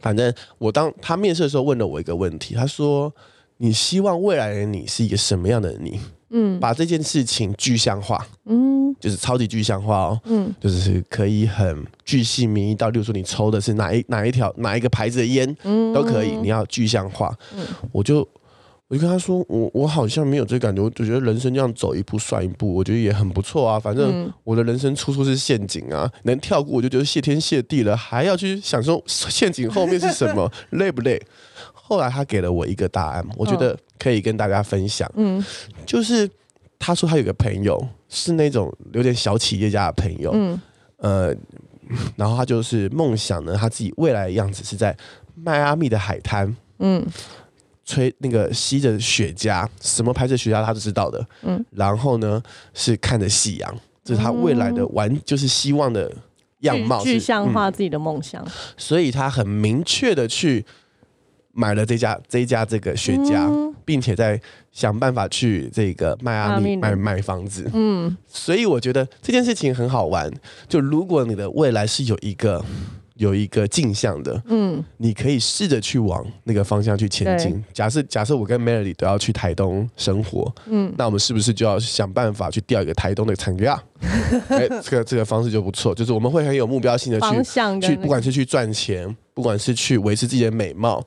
S3: 反正我当她面试的时候问了我一个问题，她说。你希望未来的你是一个什么样的你？嗯，把这件事情具象化，嗯，就是超级具象化哦，嗯，就是可以很具细明一到，例如说你抽的是哪一哪一条哪一个牌子的烟，嗯，都可以，你要具象化。我就我就跟他说，我我好像没有这感觉，我就觉得人生这样走一步算一步，我觉得也很不错啊。反正我的人生处处是陷阱啊，能跳过我就觉得谢天谢地了，还要去享受陷阱后面是什么， 累不累？后来他给了我一个答案，我觉得可以跟大家分享。嗯，就是他说他有个朋友是那种有点小企业家的朋友，嗯，呃，然后他就是梦想呢，他自己未来的样子是在迈阿密的海滩，
S2: 嗯，
S3: 吹那个吸着雪茄，什么牌子的雪茄他都知道的，嗯，然后呢是看着夕阳，这是他未来的完，就是希望的样貌
S2: 哦具
S3: 是
S2: 具象化自己的梦想，
S3: 所以他很明确的去买了这家这一家这个雪茄，并且在想办法去这个迈阿密
S2: 迈
S3: 买
S2: 阿密
S3: 买房子。嗯，所以我觉得这件事情很好玩。就如果你的未来是有一个有一个镜像的，嗯，你可以试着去往那个方向去前进。假设假设我跟 Melody 都要去台东生活，嗯，那我们是不是就要想办法去调一个台东的产业啊？哎、这个这个方式就不错，就是我们会很有目标性的去
S2: 方向跟那
S3: 去不管是去赚钱，不管是去维持自己的美貌，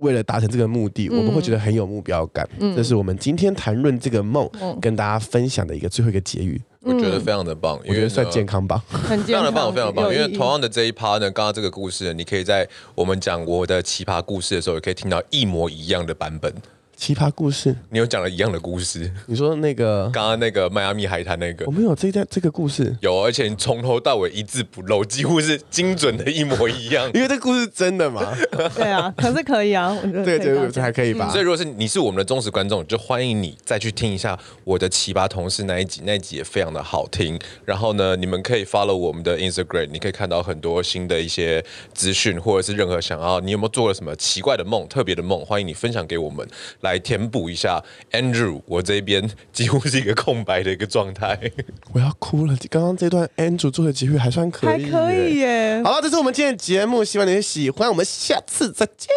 S3: 为了达成这个目的，我们会觉
S2: 嗯
S3: 得很有目标感。这是我们今天谈论这个梦、
S2: 嗯
S3: 跟大家分享的一个最后一个结语，
S1: 我觉得非常的棒，
S3: 我
S1: 因
S3: 觉得
S1: 为
S3: 算
S1: 呢
S3: 健康吧。
S2: 很
S1: 非
S2: 健
S1: 常的
S2: 康，
S1: 棒，非常的棒。
S2: 有
S1: 因为啊
S2: 意义
S1: 同样的这一趴呢，刚刚这个故事，你可以在我们讲我的奇葩故事的时候，也可以听到一模一样的版本。
S3: 奇葩故事，
S1: 你有讲了一样的故事，
S3: 你说那 个
S1: 刚刚那个迈阿密海滩那个
S3: 我们有这一段这个故事，
S1: 有，而且你从头到尾一字不漏，几乎是精准的一模一样。
S3: 因为这故事真 的嘛，
S2: 对啊，可是可以啊，我觉得
S3: 这
S2: 可以嗯
S3: 个
S2: 这
S3: 结
S2: 样
S3: 果还可以吧
S1: 所以，？如果是你是我们的忠实观众，就欢迎你再去听一下我的奇葩同事那一集，那一集也非常的好听。然后呢，你们可以 follow 我们的 Instagram，你可以看到很多新的一些资讯，或者是任何想要你有没有做了什么奇怪的梦、特别的梦，欢迎你分享给我们，来填补一下 Andrew 我这边几乎是一个空白的一个状态。
S3: 我要哭了，刚刚这段 Andrew 做的结语还算可
S2: 还
S3: 以，
S2: 可以。耶。
S3: 好了，这是我们今天的节目，希望你会喜欢，我们下次再见。